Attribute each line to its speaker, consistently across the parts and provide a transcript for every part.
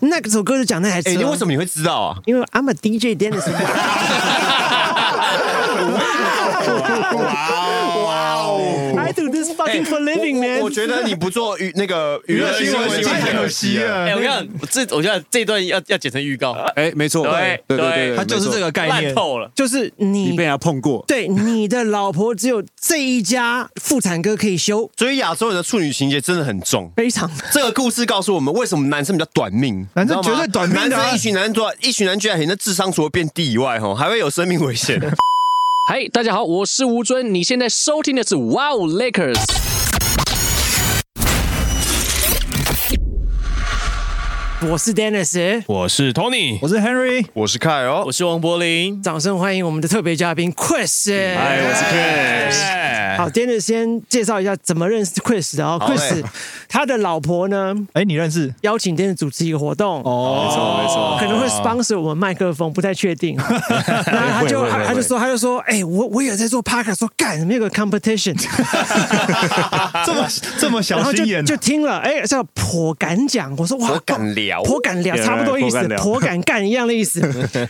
Speaker 1: 那首歌就讲那台车。
Speaker 2: 哎，你为什么你会知道啊？
Speaker 1: 因为 I'm a DJ Dennis。
Speaker 2: 哇哦！
Speaker 1: I do this fucking for living,
Speaker 2: 我
Speaker 1: man。
Speaker 2: 哎我觉得你不做娱那个娱乐新闻
Speaker 3: 新闻
Speaker 2: 太可惜了。
Speaker 4: 哎、我跟你讲，这我觉得这一段要要剪成预告，
Speaker 3: 哎，没错，
Speaker 4: 对
Speaker 3: 对对
Speaker 4: 对
Speaker 3: 对，
Speaker 4: 他
Speaker 3: 没错，
Speaker 5: 个概
Speaker 4: 烂透了。
Speaker 1: 就是
Speaker 3: 你
Speaker 1: 你
Speaker 3: 被人家碰过，
Speaker 1: 对你的老婆只有这一家妇产科可以休，
Speaker 2: 所以亚洲人的处女情节真的很重。
Speaker 1: 非常
Speaker 2: 这个故事告诉我们，为什么男生比较短命？
Speaker 5: 男生
Speaker 2: 你知道吗
Speaker 5: 绝对短命的啊
Speaker 2: 男生一群男人一群男居然那智商除了变低以外，吼，还会有生命危 险。
Speaker 6: 嗨，大家好，我是吴尊，你现在收听的是 Wow Lakers。
Speaker 1: 我是 Dennis，
Speaker 5: 我是 Tony，
Speaker 3: 我是 Henry，
Speaker 2: 我是凯哦
Speaker 4: 我，是王柏林，
Speaker 1: 掌声欢迎我们的特别嘉宾 Chris。
Speaker 3: 哎，我是 Chris，
Speaker 5: 哎，
Speaker 1: 好，Dennis 先介绍一下怎么认识 Chris 的哦。
Speaker 2: 好嘞
Speaker 1: Chris 他的老婆呢
Speaker 5: 哎，你认识？
Speaker 1: 邀请 Dennis 主持一个活动。
Speaker 3: 哦，没错没错，
Speaker 1: 可能会 sponsor 我们麦克风，不太确定。然后他就
Speaker 3: 会会
Speaker 1: 他
Speaker 3: 会
Speaker 1: 他就说他就说，哎，我我也在做 podcast，说干怎么有个 competition，
Speaker 5: 这么这么
Speaker 1: 然
Speaker 5: 小
Speaker 1: 后就
Speaker 5: 心眼，啊
Speaker 1: 就听了，哎，叫颇敢讲，我说哇，
Speaker 2: 我敢聊，
Speaker 1: 颇敢聊，
Speaker 3: Yeah,
Speaker 1: 差不多意思
Speaker 3: right，，
Speaker 1: 颇敢干一样的意思。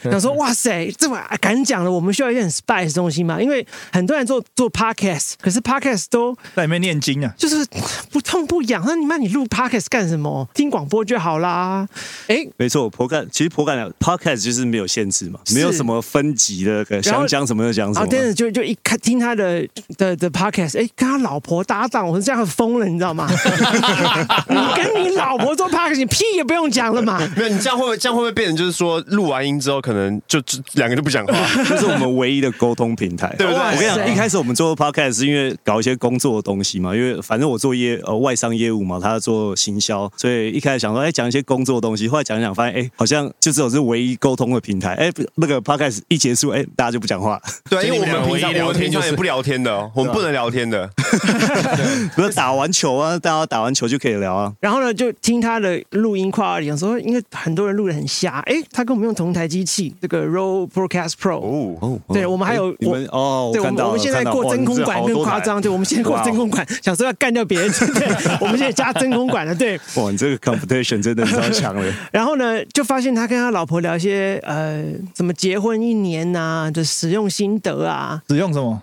Speaker 1: 想说哇塞，这么敢讲了，我们需要一些很 spice 的东西嘛？因为很多人做做 podcast，可是 podcast 都
Speaker 5: 在里面念经啊，
Speaker 1: 就是不痛不痒。那你妈你录 podcast 干什么？听广播就好啦。哎，
Speaker 3: 没错，颇感其实颇感了 podcast 就是没有限制嘛，
Speaker 1: 是
Speaker 3: 没有什么分级的，呃
Speaker 1: 然后
Speaker 3: 想讲什么就讲什
Speaker 2: 啊
Speaker 1: 然后真
Speaker 3: 么。
Speaker 1: 的啊就就一看听他的的的 podcast，哎，跟他老婆搭档，我是这样疯了，你知道 吗？你跟你老婆做 podcast，你屁也不用讲了嘛。
Speaker 2: 没有，你这样会不会这样会不会变成就是说录完音之后，可能就就两个就不讲话？
Speaker 3: 这是我们唯一的沟通平 台，
Speaker 2: 对不对啊
Speaker 3: 我跟你
Speaker 1: 哇塞
Speaker 3: 讲，一开始我们做 podcast 是因为搞一些工作的东西嘛，因为反正我做业呃外商业务嘛，他做行销，所以一开始想说，哎，讲一些工作的东西，后来讲一讲发现，哎，好像就只有是唯一沟通的平台，哎，不那个 podcast 一结束，哎，大家就不讲话，
Speaker 2: 对，因为我们平常
Speaker 4: 所以你们俩唯
Speaker 2: 我
Speaker 4: 一聊
Speaker 2: 们
Speaker 4: 天
Speaker 2: 平
Speaker 4: 就
Speaker 2: 常
Speaker 4: 是
Speaker 2: 也不聊天的哦，我们不能聊天的。
Speaker 3: 不是打完球啊，大家打完球就可以聊啊，
Speaker 1: 然后呢，就听他的录音跨里，想说，因为很多人录的很瞎，哎，他跟我们用同台机器，这个 Rode Broadcast Pro，、
Speaker 2: 哦，
Speaker 3: 哦，
Speaker 1: 对我们还有
Speaker 3: 哎你们哦，
Speaker 1: 对，我
Speaker 3: 看
Speaker 1: 们
Speaker 3: 到了
Speaker 1: 我们现在
Speaker 3: 看到了
Speaker 1: 过真空管更夸张，对，我们现在过真空 管，想说要干掉别人，对，我们现在加真空管了，对。
Speaker 3: 哇，你这个 competition 真的是超强欸 了。
Speaker 1: 然后呢，就发现他跟他老婆聊一些呃，怎么结婚一年呐、的使用心得啊，
Speaker 5: 使用什么？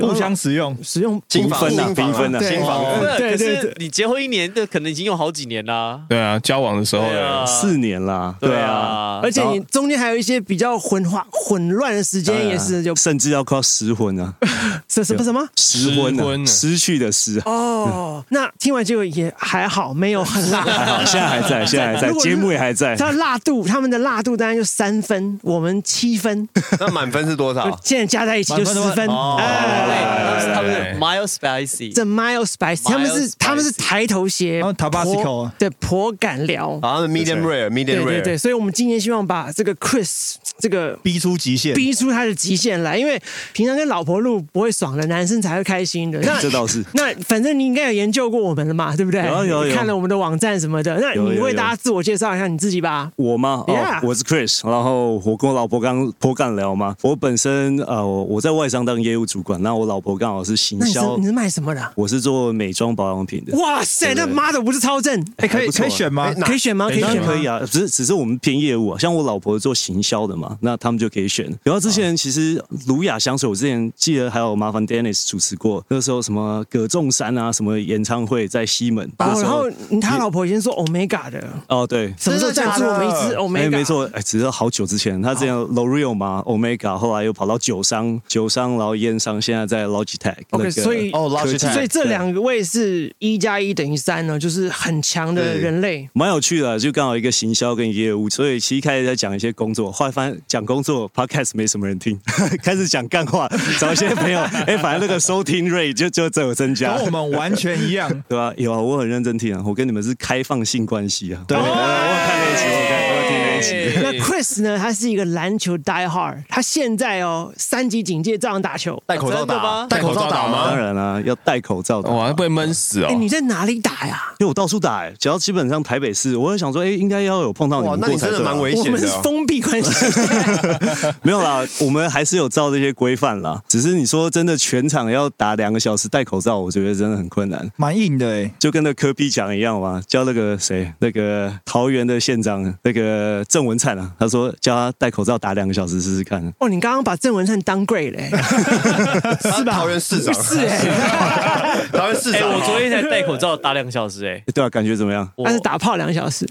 Speaker 5: 互相使用。
Speaker 1: 使用
Speaker 2: 新房新房
Speaker 3: 缤纷啊缤纷啊
Speaker 2: 新房
Speaker 1: 对
Speaker 4: 不是可
Speaker 1: 对
Speaker 4: 是你结婚一年，这可能已经用好几年啦。
Speaker 7: 对啊，交往的时候
Speaker 4: 对
Speaker 7: 呢
Speaker 4: 啊，
Speaker 3: 四年啦，
Speaker 4: 对
Speaker 3: 对啊，
Speaker 4: 啊，
Speaker 1: 而且你中间还有一些比较混花混乱的时间，也是就
Speaker 3: 啊甚至要靠失婚啊，
Speaker 1: 什什么什么。
Speaker 3: 失婚
Speaker 7: 失婚
Speaker 3: 啊，
Speaker 7: 啊
Speaker 3: 失去的失，
Speaker 1: 哦，那听完结果也还好，没有很辣。
Speaker 3: 还啊 好，现 在还在，现在还在
Speaker 1: 如，果是
Speaker 3: 节目也还在，
Speaker 1: 它辣度，他们的辣度当然就三分，我们七分，
Speaker 2: 那满分是 多
Speaker 3: 哦
Speaker 2: 少？
Speaker 1: 现在加在一起就十分。哎，
Speaker 4: 对，他们
Speaker 7: 来来
Speaker 4: 是 mild spicy，
Speaker 1: 这 mild spice，他们是
Speaker 4: Mild
Speaker 1: 他们是抬头鞋，
Speaker 5: 然后 Tabasco
Speaker 1: 颇对，颇敢聊。
Speaker 2: 好像 medium
Speaker 1: 对
Speaker 2: rare，medium
Speaker 1: 对对，
Speaker 2: rare。
Speaker 1: 所以我们今年希望把这个 Chris 这个
Speaker 5: 逼出极限，
Speaker 1: 逼出他的极限来，因为平常跟老婆录不会爽的，男生才会开心的。那
Speaker 3: 这倒是。
Speaker 1: 那反正你应该有研究过我们了嘛，对不对？
Speaker 3: 有有有
Speaker 1: 看了我们的网站什么的。那
Speaker 3: 有有
Speaker 1: 你
Speaker 3: 有
Speaker 1: 为大家自我介绍一下你自己吧。
Speaker 3: 我吗？哦
Speaker 1: Yeah
Speaker 3: 我是 Chris，然后我跟我老婆刚颇干聊嘛。我本身呃，我我在外商当业务主管，那我老婆刚好是行
Speaker 1: 那你是
Speaker 3: 销
Speaker 1: 你，是卖什么的？
Speaker 3: 我是做美妆保养品的。
Speaker 1: 哇塞，那妈的不是超正，
Speaker 5: 哎，可以
Speaker 3: 还不错
Speaker 5: 可
Speaker 3: 啊
Speaker 5: 以选吗
Speaker 2: 哎？那
Speaker 1: 可以选吗？可以
Speaker 3: 当
Speaker 1: 选
Speaker 3: 然
Speaker 1: 吗？
Speaker 3: 可以啊，只是只是我们偏业务啊，像我老婆做行销的嘛，那他们就可以选。然后之
Speaker 1: 啊
Speaker 3: 前其实卢雅香水，我之前记得还有麻烦 Dennis 主持过，那时候什么葛仲山啊，什么演唱会在西门，那
Speaker 1: 哦，
Speaker 3: 时
Speaker 1: 然
Speaker 3: 候
Speaker 1: 后他老婆以前说 Omega 的，
Speaker 3: 哦对。
Speaker 1: 什么时候赞助我们一支 Omega？、
Speaker 3: 哎，没。错，哎，只是好久之前，他之前 L'Oreal 嘛，Omega，后来又跑到酒商，酒商，然后烟商，现在在 Logitech 那
Speaker 1: OK，
Speaker 3: 个。
Speaker 1: 所以
Speaker 2: 哦
Speaker 3: 科技
Speaker 2: ，Logitech
Speaker 1: 所以这两位是一加一等于三呢，就是很强的人类。
Speaker 3: 蛮有趣的，就刚好一个行销跟业务，所以其实一开始在讲一些工作，后来发现讲工作 podcast 没什么人听， 开始讲干话，找一 些朋友，哎、反正那个收听 rate 就就只有增加。
Speaker 5: 跟，我们完全一样
Speaker 3: 对吧、有啊，我很认真听啊，我跟你们是开放性关系啊，
Speaker 5: 对
Speaker 3: 我我有看那一集，我有看我有在一起。
Speaker 1: 哎那 Chris 呢？他是一个篮球 die hard，他现在哦三级警戒照样打球。
Speaker 3: 哦
Speaker 2: 戴口罩
Speaker 4: 真的吗
Speaker 2: 打，戴口罩打
Speaker 3: 当
Speaker 2: 吗？
Speaker 3: 然啦、要戴口罩的。
Speaker 2: 哇，会不会闷死哦
Speaker 1: 哎，？你在哪里打呀？
Speaker 3: 因为我到处打、欸，只要基本上台北市，我就想说，哎、应该要有碰到你
Speaker 2: 哇
Speaker 3: 们，
Speaker 2: 那
Speaker 3: 过
Speaker 2: 你
Speaker 3: 才
Speaker 2: 真
Speaker 3: 对、
Speaker 2: 的蛮
Speaker 3: 啊。
Speaker 2: 危
Speaker 1: 我
Speaker 2: 险
Speaker 1: 们是
Speaker 2: 的哦。
Speaker 1: 封闭关系，
Speaker 3: 没有啦，我们还是有照这些规范啦。只是你说真的，全场要打两个小时戴口罩，我觉得真的很困难。
Speaker 5: 蛮硬的哎，
Speaker 3: 就跟那科比讲一样嘛，叫那个谁，那个桃园的县长那个郑文灿啊，他说叫他戴口罩打两个小时试试看。
Speaker 1: 哦，你刚刚把郑文灿当 great 嘞，是吧？
Speaker 2: 桃园市
Speaker 3: 啊
Speaker 2: 长
Speaker 1: 是哎，
Speaker 2: 桃园市
Speaker 4: 哎，
Speaker 2: 长哦，
Speaker 4: 我昨天才戴口罩打两个小时，哎，
Speaker 3: 对啊，感觉怎么样？
Speaker 4: 我
Speaker 1: 但是打炮两个小 时，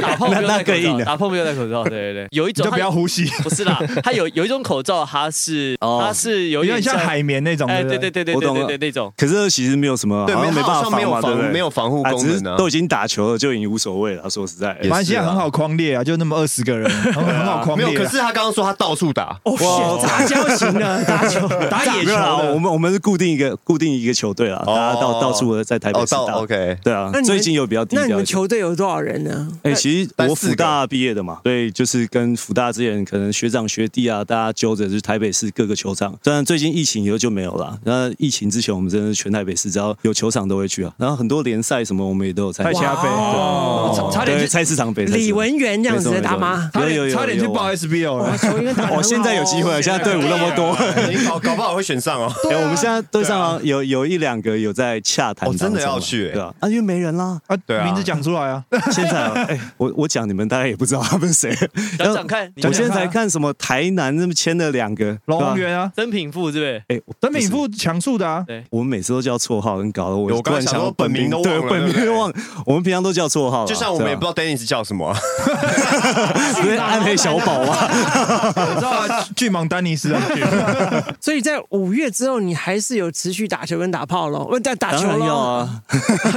Speaker 4: 打炮
Speaker 3: 那
Speaker 4: 不用戴
Speaker 3: 那更
Speaker 4: 口
Speaker 3: 硬
Speaker 4: 罩，
Speaker 3: 了
Speaker 4: 打炮不用戴口罩，对对对，有一
Speaker 5: 你
Speaker 4: 种
Speaker 5: 就不要
Speaker 4: 它
Speaker 5: 呼吸，
Speaker 4: 不是啦，它有有一种口罩，它是
Speaker 3: 哦
Speaker 4: 它是有
Speaker 5: 有点
Speaker 4: 点
Speaker 5: 像海绵那种，
Speaker 4: 哎，
Speaker 5: 不
Speaker 4: 对对对对
Speaker 3: 我
Speaker 4: 对
Speaker 3: 懂
Speaker 4: 对
Speaker 3: 了
Speaker 4: 对，那种
Speaker 3: 可是其实没有什么，
Speaker 2: 对
Speaker 3: 好像
Speaker 2: 没
Speaker 3: 没
Speaker 2: 有
Speaker 3: 办法
Speaker 2: 好像没
Speaker 3: 防
Speaker 2: 有
Speaker 3: 嘛，对不
Speaker 2: 防
Speaker 3: 对？
Speaker 2: 没有防护
Speaker 3: 啊，
Speaker 2: 功
Speaker 3: 只是
Speaker 2: 能啊
Speaker 3: 都已经打球了，就已经无所谓了。说实在的，
Speaker 5: 马来西亚很好框列啊，就那么二十个人，然后很好框
Speaker 2: 没
Speaker 5: 列啊。
Speaker 2: 有，可是他刚刚说他到处打，
Speaker 1: 哦，shit，杂交 型的打球，打野
Speaker 3: 没
Speaker 1: 球
Speaker 3: 有啦，我
Speaker 1: 的。
Speaker 3: 们我们是固定一个固定一个球队啊，
Speaker 2: 哦
Speaker 3: 大家到到处的在台北
Speaker 2: 哦，
Speaker 3: 市打。
Speaker 2: 到 OK，
Speaker 3: 对啊
Speaker 1: 那，你们
Speaker 3: 最近有比较低
Speaker 1: 那你
Speaker 3: 调一
Speaker 1: 们
Speaker 3: 点。
Speaker 1: 球队有多少人呢？
Speaker 3: 哎、其实
Speaker 2: 但
Speaker 3: 我
Speaker 2: 四
Speaker 3: 福大毕业的嘛，所以就是跟福大之前可能学长学弟啊，大家揪着就是台北市各个球场。虽然最近疫情以后就没有了，那疫情之前我们真的是全台北市只要有球场都会去啊。然后很多联赛什么我们也都有参
Speaker 5: 太
Speaker 3: 加。
Speaker 5: 瞎
Speaker 1: 哦
Speaker 5: 背，
Speaker 1: 差差点
Speaker 3: 对，
Speaker 1: 去
Speaker 3: 菜市场北。菜市场
Speaker 1: 李文源这样子的大妈，
Speaker 3: 没错没错有有有有
Speaker 5: 差点去报 SBL 了。
Speaker 1: 球员打得很好
Speaker 3: 哦，
Speaker 1: 哦
Speaker 3: 现在有机会，现在队伍那么多。
Speaker 2: 你哎搞搞不好会选上哦。
Speaker 3: 哎、我们现在队上、啊有有一两个有在洽谈
Speaker 2: 哦
Speaker 3: 当中啊、
Speaker 2: 真的要去欸
Speaker 3: 对啊，啊，因为没人啦。
Speaker 5: 啊，
Speaker 2: 对啊
Speaker 5: 名字讲出来啊，
Speaker 3: 现在啊、哎，我我讲你们大概也不知道他们谁。
Speaker 4: 讲讲看，你
Speaker 3: 我
Speaker 4: 们
Speaker 3: 现在才看什么台南那么签了两个
Speaker 5: 龙
Speaker 3: 对吧
Speaker 5: 宏源啊，
Speaker 4: 真品富是不是？
Speaker 3: 哎、我
Speaker 5: 等品富强速的啊，
Speaker 3: 我们每次都叫绰号，很搞得我
Speaker 2: 对我刚才
Speaker 3: 突然
Speaker 2: 想说
Speaker 3: 到本
Speaker 2: 本名都
Speaker 3: 对
Speaker 2: 忘了
Speaker 3: 本名
Speaker 2: 对不
Speaker 3: 都
Speaker 2: 对
Speaker 3: 忘了。我们平常都叫绰号啦，啊
Speaker 2: 就像我们也不知
Speaker 3: 道
Speaker 2: 道 Dennis 叫什么啊，
Speaker 3: 不是暗黑小宝啊，
Speaker 5: 我知道啊，巨蟒丹尼斯啊，
Speaker 1: 所以在五月之后，你还是有持续打球跟打炮喽，不打打
Speaker 3: 当
Speaker 1: 球
Speaker 3: 然要
Speaker 1: 喽。
Speaker 3: 啊。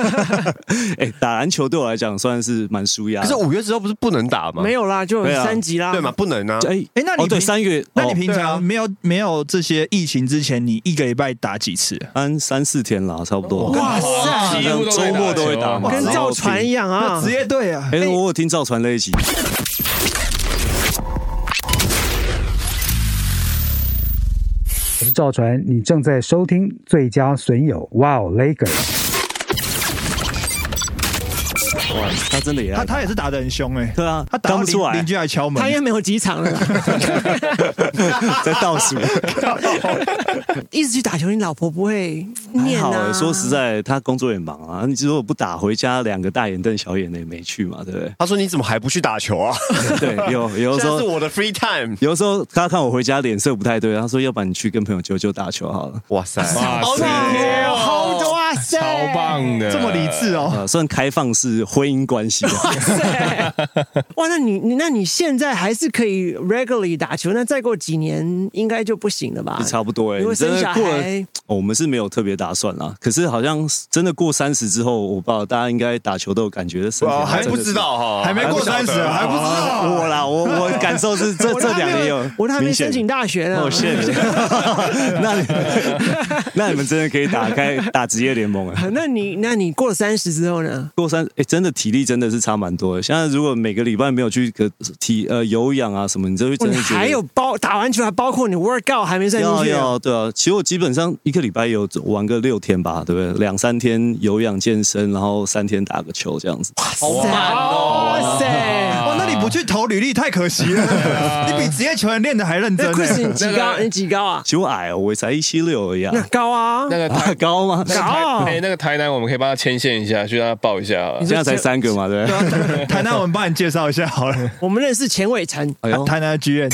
Speaker 3: 哎、打篮球对我来讲算是蛮舒压的。
Speaker 2: 可是五月之后不是不能打吗？
Speaker 1: 没有啦，就有
Speaker 3: 啊对啊
Speaker 1: 三级啦。
Speaker 2: 对嘛，？不能啊。
Speaker 3: 哎
Speaker 5: 哎那你
Speaker 3: 哦对
Speaker 5: 平
Speaker 3: 三月，
Speaker 5: 那你平
Speaker 2: 对啊
Speaker 5: 常没有没有这些疫情之前，你一个礼拜打几次？
Speaker 3: 哦三三四天啦，差不多。
Speaker 1: 哇
Speaker 3: 反
Speaker 1: 塞，
Speaker 3: 正周末都会打嘛，
Speaker 1: 跟
Speaker 3: 然
Speaker 1: 造
Speaker 3: 后
Speaker 1: 船一样啊！
Speaker 5: 职业队啊，
Speaker 3: 平。哎、我有听造船那一集，
Speaker 7: 我是赵传，你正在收听最佳损友哦 Wow Lager。
Speaker 3: 哇，他真的也爱
Speaker 5: 他他也是打得很凶哎，
Speaker 3: 对啊，
Speaker 5: 他打到
Speaker 3: 不出
Speaker 5: 邻
Speaker 3: 来
Speaker 5: 邻，居来敲门
Speaker 1: 他，应该没有几场了啦，
Speaker 3: 在倒数。
Speaker 1: 一直去打球，你老婆不会
Speaker 3: 还
Speaker 1: 念
Speaker 3: 好、欸
Speaker 1: 啊？
Speaker 3: 说实，在，他工作也忙啊。你如果不打回家，两个大眼瞪小眼的也没去嘛，对不对？
Speaker 2: 他说你怎么还不去打球啊？
Speaker 3: 对，有
Speaker 2: 现
Speaker 3: 有的
Speaker 2: 在
Speaker 3: 时
Speaker 2: 是
Speaker 3: 候，
Speaker 2: 我的 free time。
Speaker 3: 有的时候他看我回家脸色不太对，他说：“要不然你去跟朋友九九打球 好了。
Speaker 2: 哇塞，
Speaker 1: 好棒哦，好多
Speaker 5: 啊
Speaker 1: 哇塞，
Speaker 8: 超棒的，
Speaker 5: 这么理智哦。
Speaker 3: 呃，算开放式婚姻关系、啊，
Speaker 1: 哇！那你你那你现在还是可以 regularly 打球，那再过几年应该就不行了吧？
Speaker 3: 就差不多哎、
Speaker 1: 因为
Speaker 3: 你真
Speaker 1: 生
Speaker 3: 的
Speaker 1: 小
Speaker 3: 过了、
Speaker 1: 孩，
Speaker 3: 哦我们是没有特别打算啦。可是好像真的过三十之后，我不知道大家应该打球都有感觉的身体
Speaker 4: 哦
Speaker 2: 哇还
Speaker 3: 真的
Speaker 2: 不
Speaker 3: 是
Speaker 2: 知道哈，
Speaker 5: 还没
Speaker 2: 哦
Speaker 5: 过
Speaker 2: 不晓得
Speaker 5: 30啊还不知道
Speaker 3: 啊我啦，我我感受是这
Speaker 1: 我都
Speaker 3: 这
Speaker 1: 还
Speaker 3: 两
Speaker 1: 没
Speaker 3: 年
Speaker 1: 有
Speaker 3: 有，
Speaker 1: 我都还没
Speaker 3: 明显
Speaker 1: 申请大学呢。
Speaker 3: 哦，谢谢。 那你 那你们真的可以打开打职业联盟 啊！
Speaker 1: 那你那你过了三十之后呢？
Speaker 3: 过山哎、诶真的体力真的是差蛮多的。现在如果每个礼拜没有去个体呃有氧啊什么，你就会
Speaker 1: 哇
Speaker 3: 真
Speaker 1: 你
Speaker 3: 的觉得
Speaker 1: 还有包打完球，还包括你 workout 还没算进
Speaker 3: 要
Speaker 1: 去哦。
Speaker 3: 要对啊。其实我基本上一个礼拜有玩个六天吧，对不对？两三天有氧健身，然后三天打个球这样子。
Speaker 1: 好哇塞！
Speaker 5: 哦，那你不去投履历太可惜了，你比职业球员练的还认
Speaker 1: 那
Speaker 5: 真
Speaker 1: Chris
Speaker 5: 欸。
Speaker 1: 你几高？你几高啊？
Speaker 3: 其实我矮哦，我才一七六而已
Speaker 1: 那
Speaker 3: 啊，
Speaker 1: 高啊！
Speaker 8: 那个
Speaker 3: 啊
Speaker 8: 台
Speaker 3: 高吗？
Speaker 8: 那个台
Speaker 1: 搞
Speaker 8: 哎，那个台南我们可以帮他牵线一下，去让他报一下好了。
Speaker 3: 现在才三个嘛，对不对？
Speaker 5: 台南，我们帮你介绍一下好了。
Speaker 1: 我们认识钱伟成，
Speaker 3: 哎呦，
Speaker 5: 台南的剧院，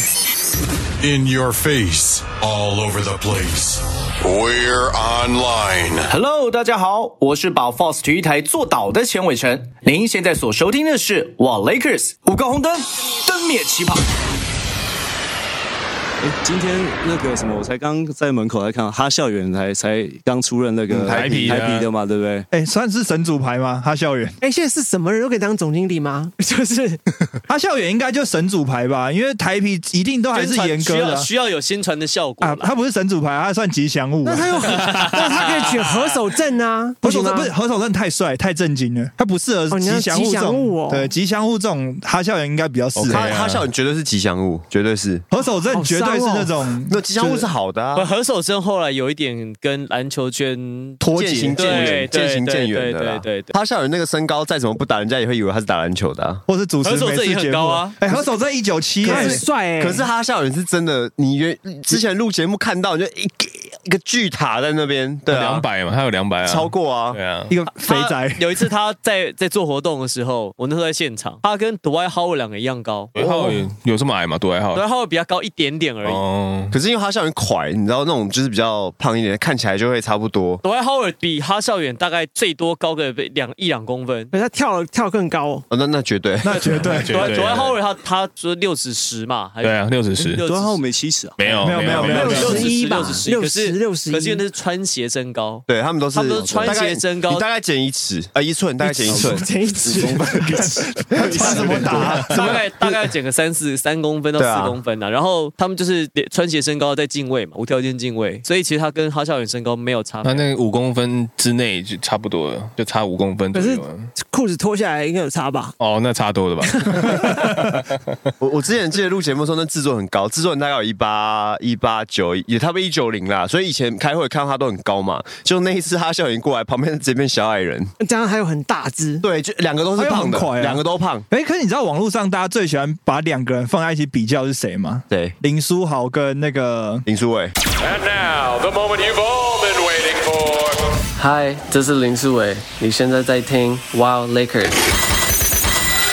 Speaker 9: In your face, all over the place. We're online.
Speaker 10: Hello，大家好，我是把 Fox 体育台做倒的钱伟成。您现在所收听的是哇 Lakers 五个红灯，灯灭起跑。
Speaker 3: 哎，今天那个什么，我才刚在门口来看哈校园才才刚出任那个
Speaker 8: 嗯台啤的
Speaker 3: 台啤的嘛，对不对？
Speaker 5: 哎，算是神主牌吗？哈校园，
Speaker 1: 哎、现在是什么人都可以当总经理吗？就是
Speaker 5: 哈校园应该就神主牌吧，因为台啤一定都还是
Speaker 4: 宣传
Speaker 5: 严格
Speaker 4: 需要
Speaker 5: 的
Speaker 4: 需要有宣传的效果
Speaker 5: 啊。
Speaker 4: 啦。
Speaker 5: 他不是神主牌，他算吉祥物啊。
Speaker 1: 那他又很，那他可以选何守正啊，
Speaker 5: 何守正不
Speaker 1: 不
Speaker 5: 是何守正太帅太震惊了，他不适合
Speaker 1: 哦你要
Speaker 5: 吉祥物
Speaker 1: 吉
Speaker 5: 这
Speaker 1: 祥物
Speaker 5: 种
Speaker 1: 哦。
Speaker 5: 对，吉祥物这种哈校园应该比较适合
Speaker 2: 他。他笑你绝对是吉祥物，啊绝对是。
Speaker 5: 何守正绝对是
Speaker 1: 哦
Speaker 5: 那种
Speaker 2: 那吉祥物是好的
Speaker 4: 不
Speaker 2: 啊，
Speaker 4: 何守正后来有一点跟篮球圈
Speaker 5: 脱
Speaker 2: 渐行
Speaker 5: 节，
Speaker 2: 渐
Speaker 4: 对
Speaker 2: 远，
Speaker 4: 对
Speaker 2: 渐行渐远的啦。
Speaker 4: 对对对对
Speaker 2: 他笑人那个身高再怎么不打，人家也会以为他是打篮球的啊。
Speaker 5: 或是主持
Speaker 4: 何守
Speaker 5: 每
Speaker 4: 正也
Speaker 5: 次
Speaker 4: 很
Speaker 5: 节目
Speaker 4: 高啊。
Speaker 5: 哎，何守正一九七，
Speaker 1: 他很帅哎、
Speaker 2: 可是哈笑人是真的，你原之前录节目看到，你就一个一个巨塔在那边，对啊，
Speaker 8: 两百嘛，他有两百啊，
Speaker 2: 超过啊，
Speaker 8: 对啊，
Speaker 5: 一个肥
Speaker 4: 他
Speaker 5: 宅。
Speaker 4: 有一次他在在做活动的时候，我那时候在现场，他跟 Dwight Howard 两个一样高哦
Speaker 8: 对号有这么矮吗？多矮号？
Speaker 4: ，Dwight Howard 比较高一点点而已。
Speaker 8: 哦，
Speaker 2: 可是因为哈笑人快，你知道那种就是比较胖一点，看起来就会差不多。
Speaker 4: Dwight Howard 比哈少远大概最多高个两一两公分。
Speaker 1: 可是他跳了跳更高、哦，
Speaker 2: 哦，那那绝对，
Speaker 5: 那绝 对
Speaker 8: 绝
Speaker 4: Dwight
Speaker 8: 对
Speaker 4: Dwight Howard 他他说六十十嘛，还
Speaker 8: 对啊，六十十，
Speaker 4: 六
Speaker 3: 多少
Speaker 4: 十
Speaker 3: 我没七十啊？
Speaker 8: 哦没有
Speaker 5: 没有没有没有
Speaker 4: 六
Speaker 1: 十一吧
Speaker 4: 六十
Speaker 1: 六
Speaker 4: 可
Speaker 1: 十
Speaker 4: 是
Speaker 1: 六十一
Speaker 4: 可是因为那是穿鞋身高，
Speaker 2: 对他们都是，
Speaker 4: 他们都是穿
Speaker 2: 大概
Speaker 4: 鞋增高
Speaker 2: 你大概减一尺，呃，一寸，大概减
Speaker 3: 哦
Speaker 2: 一寸。
Speaker 1: 这一次
Speaker 5: 他怎么打？
Speaker 4: 大概大概减个三四三公分到
Speaker 2: 对啊
Speaker 4: 四公分呐、然后他们就是连穿鞋身高在进位嘛，无条件进位，所以其实他跟哈少远身高没有差别。
Speaker 8: 那那个五公分之内就差不多了，就差五公分左右啊。
Speaker 1: 裤子脱下来应该有差吧？
Speaker 8: 哦，那差多了吧？
Speaker 2: 我我之前记得录节目的时候，那制作很高，制作人大概有一八一八九，也差不多一九零啦。所以以前开会看到他都很高嘛，就那一次哈笑人过来，旁边直接变小矮人。
Speaker 1: 加上还有很大只，
Speaker 2: 对，就两个都是胖的
Speaker 5: 哎呦很快，啊
Speaker 2: 两个都胖。
Speaker 5: 哎，可是你知道网络上大家最喜欢把两个人放在一起比较是谁吗？
Speaker 2: 对，
Speaker 5: 林书豪跟那个
Speaker 2: 林书伟，
Speaker 6: 嗨，这是林书伟，你现在在听 Wild Lakers。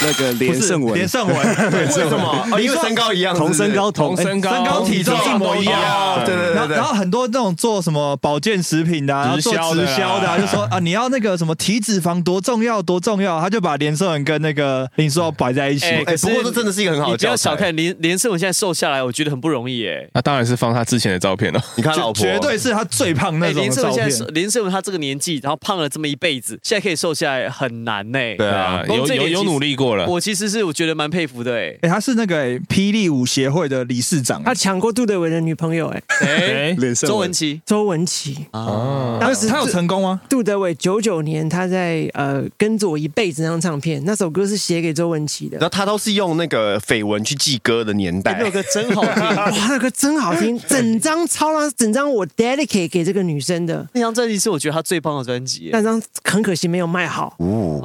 Speaker 3: 那个连胜
Speaker 5: 连
Speaker 3: 文，
Speaker 5: 胜 文，对，
Speaker 2: 为什 么？哦，因为身高一样，
Speaker 3: 同身高同哎
Speaker 8: 身高
Speaker 5: 身高体重一模一样
Speaker 2: 哦对对
Speaker 5: 然
Speaker 2: 对
Speaker 5: 后
Speaker 2: 对
Speaker 5: 然后很多那种做什么保健食品的、啊，然后
Speaker 8: 直
Speaker 5: 做
Speaker 8: 销的
Speaker 5: 直
Speaker 8: 啊
Speaker 5: 销的、啊，就说啊，你要那个什么体脂肪多重要多重要，他就把连胜文跟那个林书豪摆在一起。
Speaker 4: 哎
Speaker 2: 哎，
Speaker 4: 可是
Speaker 2: 不过这真的是一个很好
Speaker 4: 你
Speaker 2: 的
Speaker 4: 不要
Speaker 2: 教
Speaker 4: 小
Speaker 2: 材。
Speaker 4: 看连连胜文现在瘦下来，我觉得很不容易耶。
Speaker 8: 那当然是放他之前的照片了。
Speaker 2: 哦 你看
Speaker 5: 绝
Speaker 2: 老婆，
Speaker 5: 绝对是他最胖那
Speaker 4: 哎，
Speaker 5: 种
Speaker 4: 林
Speaker 5: 的
Speaker 4: 胜
Speaker 5: 照
Speaker 4: 文现
Speaker 5: 片
Speaker 4: 在，林胜文他这个年纪，然后胖了这么一辈子，现在可以瘦下来很难呢。
Speaker 2: 对啊
Speaker 8: 啊，
Speaker 4: 光
Speaker 8: 有
Speaker 4: 这一
Speaker 8: 有
Speaker 4: 点
Speaker 8: 有
Speaker 4: 其实
Speaker 8: 努力过了。
Speaker 4: 我其实是我觉得蛮佩服的哎。
Speaker 5: 哎、他是那个、哎霹雳舞协会的理事长，
Speaker 1: 他抢过杜德伟的女朋哎友、哎，哎
Speaker 4: 哎，
Speaker 3: 连胜
Speaker 4: 周文
Speaker 3: 文，
Speaker 4: 琪
Speaker 1: 周文琪。
Speaker 8: 哦
Speaker 1: 当时
Speaker 5: 啊他有成功吗？
Speaker 1: 杜德伟九九年他在呃跟着我一辈子那张唱片，那首歌是写给周文琪的
Speaker 2: 然。后他都是用那个绯闻去记歌的年代
Speaker 4: 那。首歌真 好听，
Speaker 1: 哇，那个真好听，整张超浪，整张我 dedicate 给这个女生的。
Speaker 4: 那张专辑是我觉得他最棒的专辑耶。
Speaker 1: 那张很可惜没有卖好，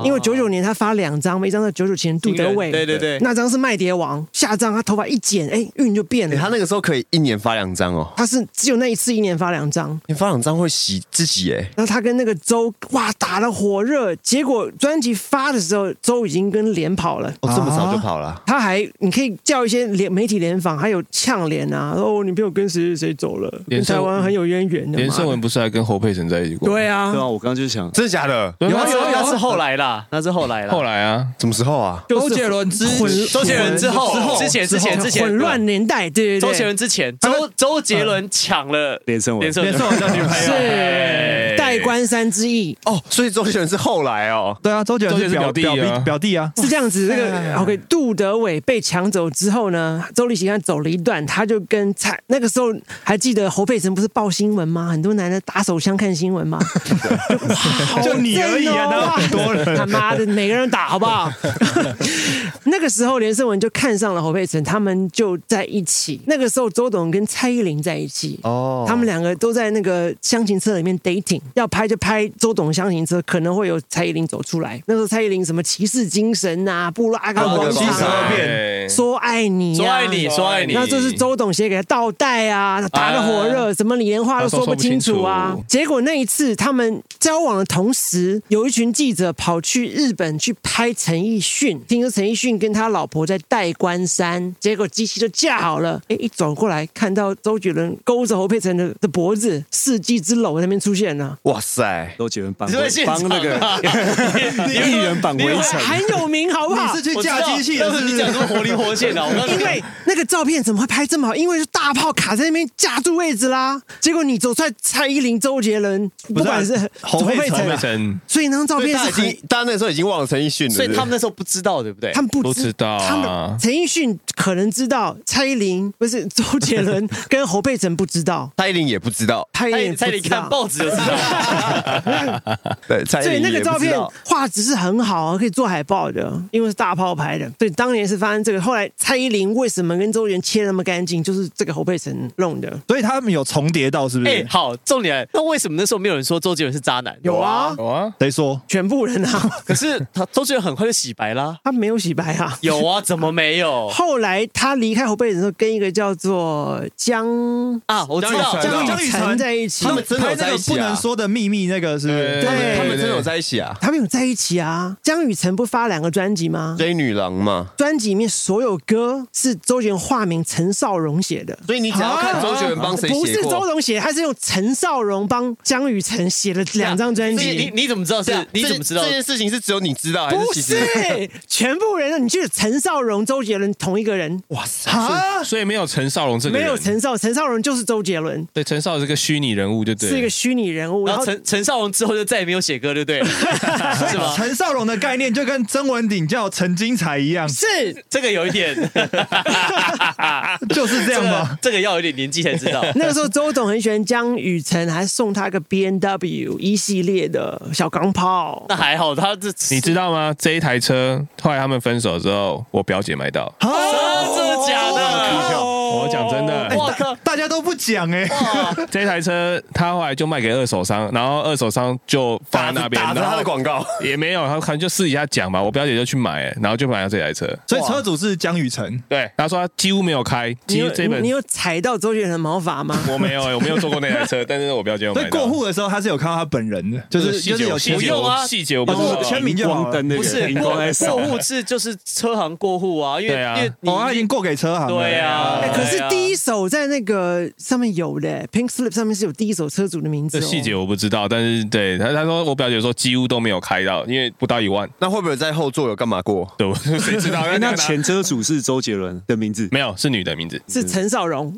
Speaker 1: 因为九九年他发两张嘛，一张叫九九前杜德伟，
Speaker 4: 对对对，
Speaker 1: 那张是麦碟王，下张他头发一剪，哎，运就变
Speaker 2: 哎
Speaker 1: 了。
Speaker 2: 他那个时候可以一年发两张哦，
Speaker 1: 他是只有那一次一年发两张，
Speaker 2: 你发两张会洗自己哎。
Speaker 1: 然后他跟那个周哇打得火热，结果专辑发的时候，周已经跟连跑了。
Speaker 2: 哦，这么早就跑了？
Speaker 1: 他还，你可以叫一些联媒体联访，还有呛联啊，说哦，我女朋友跟谁谁谁走了，跟
Speaker 8: 连胜
Speaker 1: 台湾很有渊源的嘛。
Speaker 8: 连胜文不是还跟侯佩岑在一起过？
Speaker 1: 对
Speaker 3: 对
Speaker 1: 啊，
Speaker 3: 啊，我刚刚就想，
Speaker 2: 真的假的？
Speaker 8: 对啊，
Speaker 4: 那是那是后来啦，那是后来啦。
Speaker 8: 后来啊，
Speaker 2: 什么时候啊？
Speaker 1: 就是
Speaker 5: 周杰伦之
Speaker 1: 混
Speaker 4: 周杰伦之后
Speaker 5: 之后
Speaker 4: 之前之前之前
Speaker 1: 混乱年代，对对对，
Speaker 4: 周杰伦之前，周周杰伦抢了
Speaker 3: 连胜文
Speaker 4: 连胜
Speaker 5: 连胜文的女朋友
Speaker 4: 哎
Speaker 1: 是代官山之役。
Speaker 2: 哦，所以周杰伦是后来哦。
Speaker 5: 对啊，周杰伦是表
Speaker 8: 周杰伦是表弟啊
Speaker 5: 表表弟啊，
Speaker 1: 是这样子，这个 OK，杜德伟被抢走之后呢，周立行他走了一段，他就跟蔡那个时候还记得侯佩岑不是报新闻吗？很多男的打手枪看新 闻嘛，就哇好
Speaker 5: 就你而已啊
Speaker 1: 正哦
Speaker 5: 那很多人
Speaker 1: 他妈的每个人打好不好？那个时候连胜文就看上了侯佩岑，他们就在一起。那个时候周董跟蔡依林在一起，
Speaker 2: 哦
Speaker 1: 他们两个都在那个箱型车里面 dating，要拍就拍周董箱型车，可能会有蔡依林走出来。那时候蔡依林什么骑士精神啊，布拉格广
Speaker 5: 哦
Speaker 2: 布拉格广
Speaker 1: 场
Speaker 2: 场
Speaker 1: 啊，
Speaker 8: 对，
Speaker 1: 说爱你、啊，
Speaker 4: 说爱你，说爱你。
Speaker 1: 那这是周董写给他倒带啊，打得火热，什么连话都说不清楚啊
Speaker 8: 都说不清。
Speaker 1: 结果那一次他们交往的同时，有一群记者跑去日本去拍陈奕迅，听说陈奕迅跟他老婆在代官山，结果机器就架好了，哎，一转过来看到周杰伦勾着侯佩岑的的脖子，《世纪之楼》那边出现啊了。
Speaker 2: 哇塞，
Speaker 3: 周杰伦帮
Speaker 4: 你是在现场
Speaker 3: 帮那个
Speaker 4: 你
Speaker 3: 艺人绑围
Speaker 1: 哎
Speaker 3: 城，
Speaker 1: 很有名，好不好？
Speaker 5: 你是去
Speaker 4: 我知
Speaker 5: 架
Speaker 4: 道
Speaker 5: 机器的，是
Speaker 4: 但是
Speaker 5: 不
Speaker 4: 你
Speaker 5: 是
Speaker 4: 讲？说活力灵活线啊！我刚刚
Speaker 1: 因为那个照片怎么会拍这么好？因为是大炮卡在那边架住位置啦。结果你走出来，蔡依林、周杰伦，不管是
Speaker 5: 侯
Speaker 1: 侯
Speaker 5: 佩
Speaker 1: 岑
Speaker 5: 岑侯
Speaker 1: 啊
Speaker 5: 佩，
Speaker 8: 神
Speaker 1: 所以那张照片
Speaker 2: 大家
Speaker 1: 是
Speaker 2: 已
Speaker 1: 很
Speaker 2: 经，大家那时候已经忘了陈奕迅了，
Speaker 4: 所以他们
Speaker 2: 对
Speaker 4: 那时候不知道，对不对？
Speaker 1: 他们不
Speaker 8: 不知道啊
Speaker 1: 他们陈奕迅可能知道，蔡依林不是周杰伦 跟侯佩岑不知道，
Speaker 2: 不对蔡依林也不知 道，
Speaker 1: 蔡依林
Speaker 4: 蔡
Speaker 1: 不
Speaker 4: 蔡依林
Speaker 1: 知
Speaker 4: 看
Speaker 1: 道。
Speaker 4: 报纸就 知道。
Speaker 2: 对，蔡依
Speaker 1: 所以
Speaker 2: 林
Speaker 1: 那个
Speaker 2: 也不
Speaker 1: 照
Speaker 2: 知
Speaker 1: 片
Speaker 2: 道
Speaker 1: 画质是很好啊，可以做海报的，因为是大炮拍的。所以当年是发生这个，后来蔡依林为什么跟周杰伦切那么干净，就是这个侯佩岑弄的。
Speaker 5: 所以他们有重叠到是不
Speaker 4: 哎
Speaker 5: 是，？
Speaker 4: 好，重点来，那为什么那时候没有人说周杰伦是渣男？
Speaker 1: 有啊，
Speaker 8: 有啊，
Speaker 5: 谁说？
Speaker 1: 全部人啊，
Speaker 4: 可是他周杰伦很快就洗白啦。
Speaker 1: 他没有洗白啊。
Speaker 4: 有啊， 怎么没有
Speaker 1: 后来他离开侯佩岑的时候，跟一个叫做江
Speaker 4: 啊？我知道，
Speaker 8: 江
Speaker 1: 江
Speaker 8: 雨
Speaker 1: 雨
Speaker 8: 晨
Speaker 1: 晨在一起
Speaker 2: 他，们真的
Speaker 5: 拍
Speaker 2: 有
Speaker 5: 那
Speaker 2: 在
Speaker 5: 个
Speaker 2: 一
Speaker 5: 不
Speaker 2: 起
Speaker 5: 能
Speaker 2: 啊？
Speaker 5: 说的秘密那个是不是
Speaker 8: 对
Speaker 1: 对
Speaker 2: 他们真的有在一起啊？
Speaker 1: 他们有在一起啊。江雨晨不发两个专辑吗？
Speaker 2: 追女郎嘛，
Speaker 1: 专辑里面所有歌是周杰伦化名陈少荣写的。
Speaker 2: 所以你只要看周杰伦帮谁
Speaker 1: 啊不
Speaker 2: 写
Speaker 1: 是周
Speaker 2: 过，
Speaker 1: 荣写，他是用陈少荣帮江雨晨写了两张专
Speaker 4: 你你
Speaker 1: 辑。
Speaker 4: 你怎么知道
Speaker 2: 对
Speaker 4: 是
Speaker 2: 啊？
Speaker 4: 你
Speaker 2: 这
Speaker 4: 怎么知道
Speaker 2: 这？件事情是只有你知道，还
Speaker 1: 不
Speaker 2: 其
Speaker 1: 是
Speaker 2: 实？
Speaker 1: 全部人，你就是陈少荣、周杰伦同一个人，
Speaker 2: 哇塞！
Speaker 8: 所以所以没有陈少龙这个
Speaker 1: 没
Speaker 8: 人
Speaker 1: 有陈少，陈少荣就是周杰伦，
Speaker 8: 对陈少是个虚拟人物，就对了，
Speaker 1: 是一个虚拟人物。
Speaker 4: 然
Speaker 1: 然
Speaker 4: 后
Speaker 1: 后
Speaker 4: 陈陈少龙之后就再也没有写歌，对不对？是吗？
Speaker 5: 陈少龙的概念就跟曾文鼎叫陈金才一样，
Speaker 1: 是
Speaker 4: 这个有一点，
Speaker 5: 就是这样吗？
Speaker 4: 这个要有点年纪才知道。
Speaker 1: 那个时候周董很喜欢江雨晨，还送他个 B N W 一系列的小钢炮。
Speaker 4: 那还好，他这
Speaker 8: 你知道吗？这一台车后来他们分手之后，我表姐买到。
Speaker 4: 真的假的？
Speaker 8: 哦我讲真的，
Speaker 4: 我靠！
Speaker 5: 大家都不讲哎，
Speaker 8: 这台车他后来就 卖给二手商，然后二手商就放在那边，
Speaker 2: 打着
Speaker 8: 然
Speaker 2: 他
Speaker 8: 后
Speaker 2: 的广告，
Speaker 8: 也没有，他可能就私底下讲嘛。我表姐就去买，然后就买到这台车。
Speaker 5: 所以车主是江雨晨。
Speaker 8: 对，他说他几乎没有开，
Speaker 1: 你
Speaker 8: 其
Speaker 1: 有
Speaker 8: 实这
Speaker 1: 你
Speaker 8: 本
Speaker 1: 你有踩到周杰伦的毛发吗？
Speaker 8: 我没有、我没有坐过那台车，但是我表姐有
Speaker 5: 所
Speaker 8: 买
Speaker 5: 以
Speaker 8: 到。
Speaker 5: 过户的时候，他是有看到他本人的，就是
Speaker 8: 细
Speaker 5: 就
Speaker 8: 节
Speaker 5: 是
Speaker 8: 我
Speaker 5: 有
Speaker 8: 细节
Speaker 5: 签
Speaker 4: 有啊
Speaker 8: 我细节我不知
Speaker 5: 哦
Speaker 8: 道
Speaker 5: 签名就好
Speaker 3: 光
Speaker 5: 了。
Speaker 3: 灯那个
Speaker 4: 不是
Speaker 3: 荧光
Speaker 4: 过
Speaker 3: 在扫
Speaker 4: 过户制，就是车行过户啊，因为
Speaker 8: 对啊
Speaker 4: 因为你
Speaker 5: 哦，他已经过给车行了。
Speaker 4: 对啊
Speaker 1: 哎，可是
Speaker 4: 对啊
Speaker 1: 第一首在那个上面有的 Pink Slip 上面是有第一首车主的名字
Speaker 8: 这
Speaker 1: 哦。
Speaker 8: 细节我不知道，但是对他他说我表姐说几乎都没有开到，因为不到一万，
Speaker 2: 那会不会在后座有干嘛过？
Speaker 8: 对，我谁知道？
Speaker 3: 哎，
Speaker 8: 那
Speaker 3: 那
Speaker 8: 个拿
Speaker 3: 前车主是周杰伦的名字，
Speaker 8: 没有是女的名字，
Speaker 1: 是陈少 荣，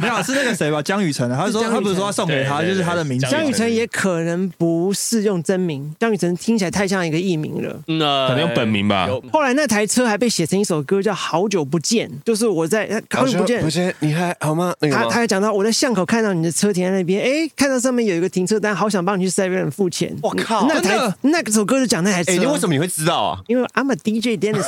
Speaker 5: 没有是那个谁吧，江雨晨啊，他
Speaker 1: 是
Speaker 5: 说
Speaker 1: 江雨晨
Speaker 5: 他不是说他送给他，
Speaker 8: 对
Speaker 5: 就
Speaker 8: 对
Speaker 5: 是他的名字。
Speaker 1: 江雨晨也可能不是用真名，江雨晨听起来太像一个艺名了。
Speaker 4: 那
Speaker 8: 可能用本名吧
Speaker 4: 嗯有
Speaker 1: 后来那台车还被写成一首歌叫《好久不见》，就是我在好久不见
Speaker 2: 不。见，你还好吗？那个
Speaker 1: 他
Speaker 2: 吗
Speaker 1: 他还讲到我在巷口看到你的车停在那边，哎，看到上面有一个停车单，好想帮你去 Seven 付钱。
Speaker 2: 我靠
Speaker 1: 那
Speaker 2: 真
Speaker 1: 台
Speaker 2: 的
Speaker 1: 那首歌就讲那台车。
Speaker 2: 哎，你为什么你会知道啊？
Speaker 1: 因为 I'm a DJ Dennis。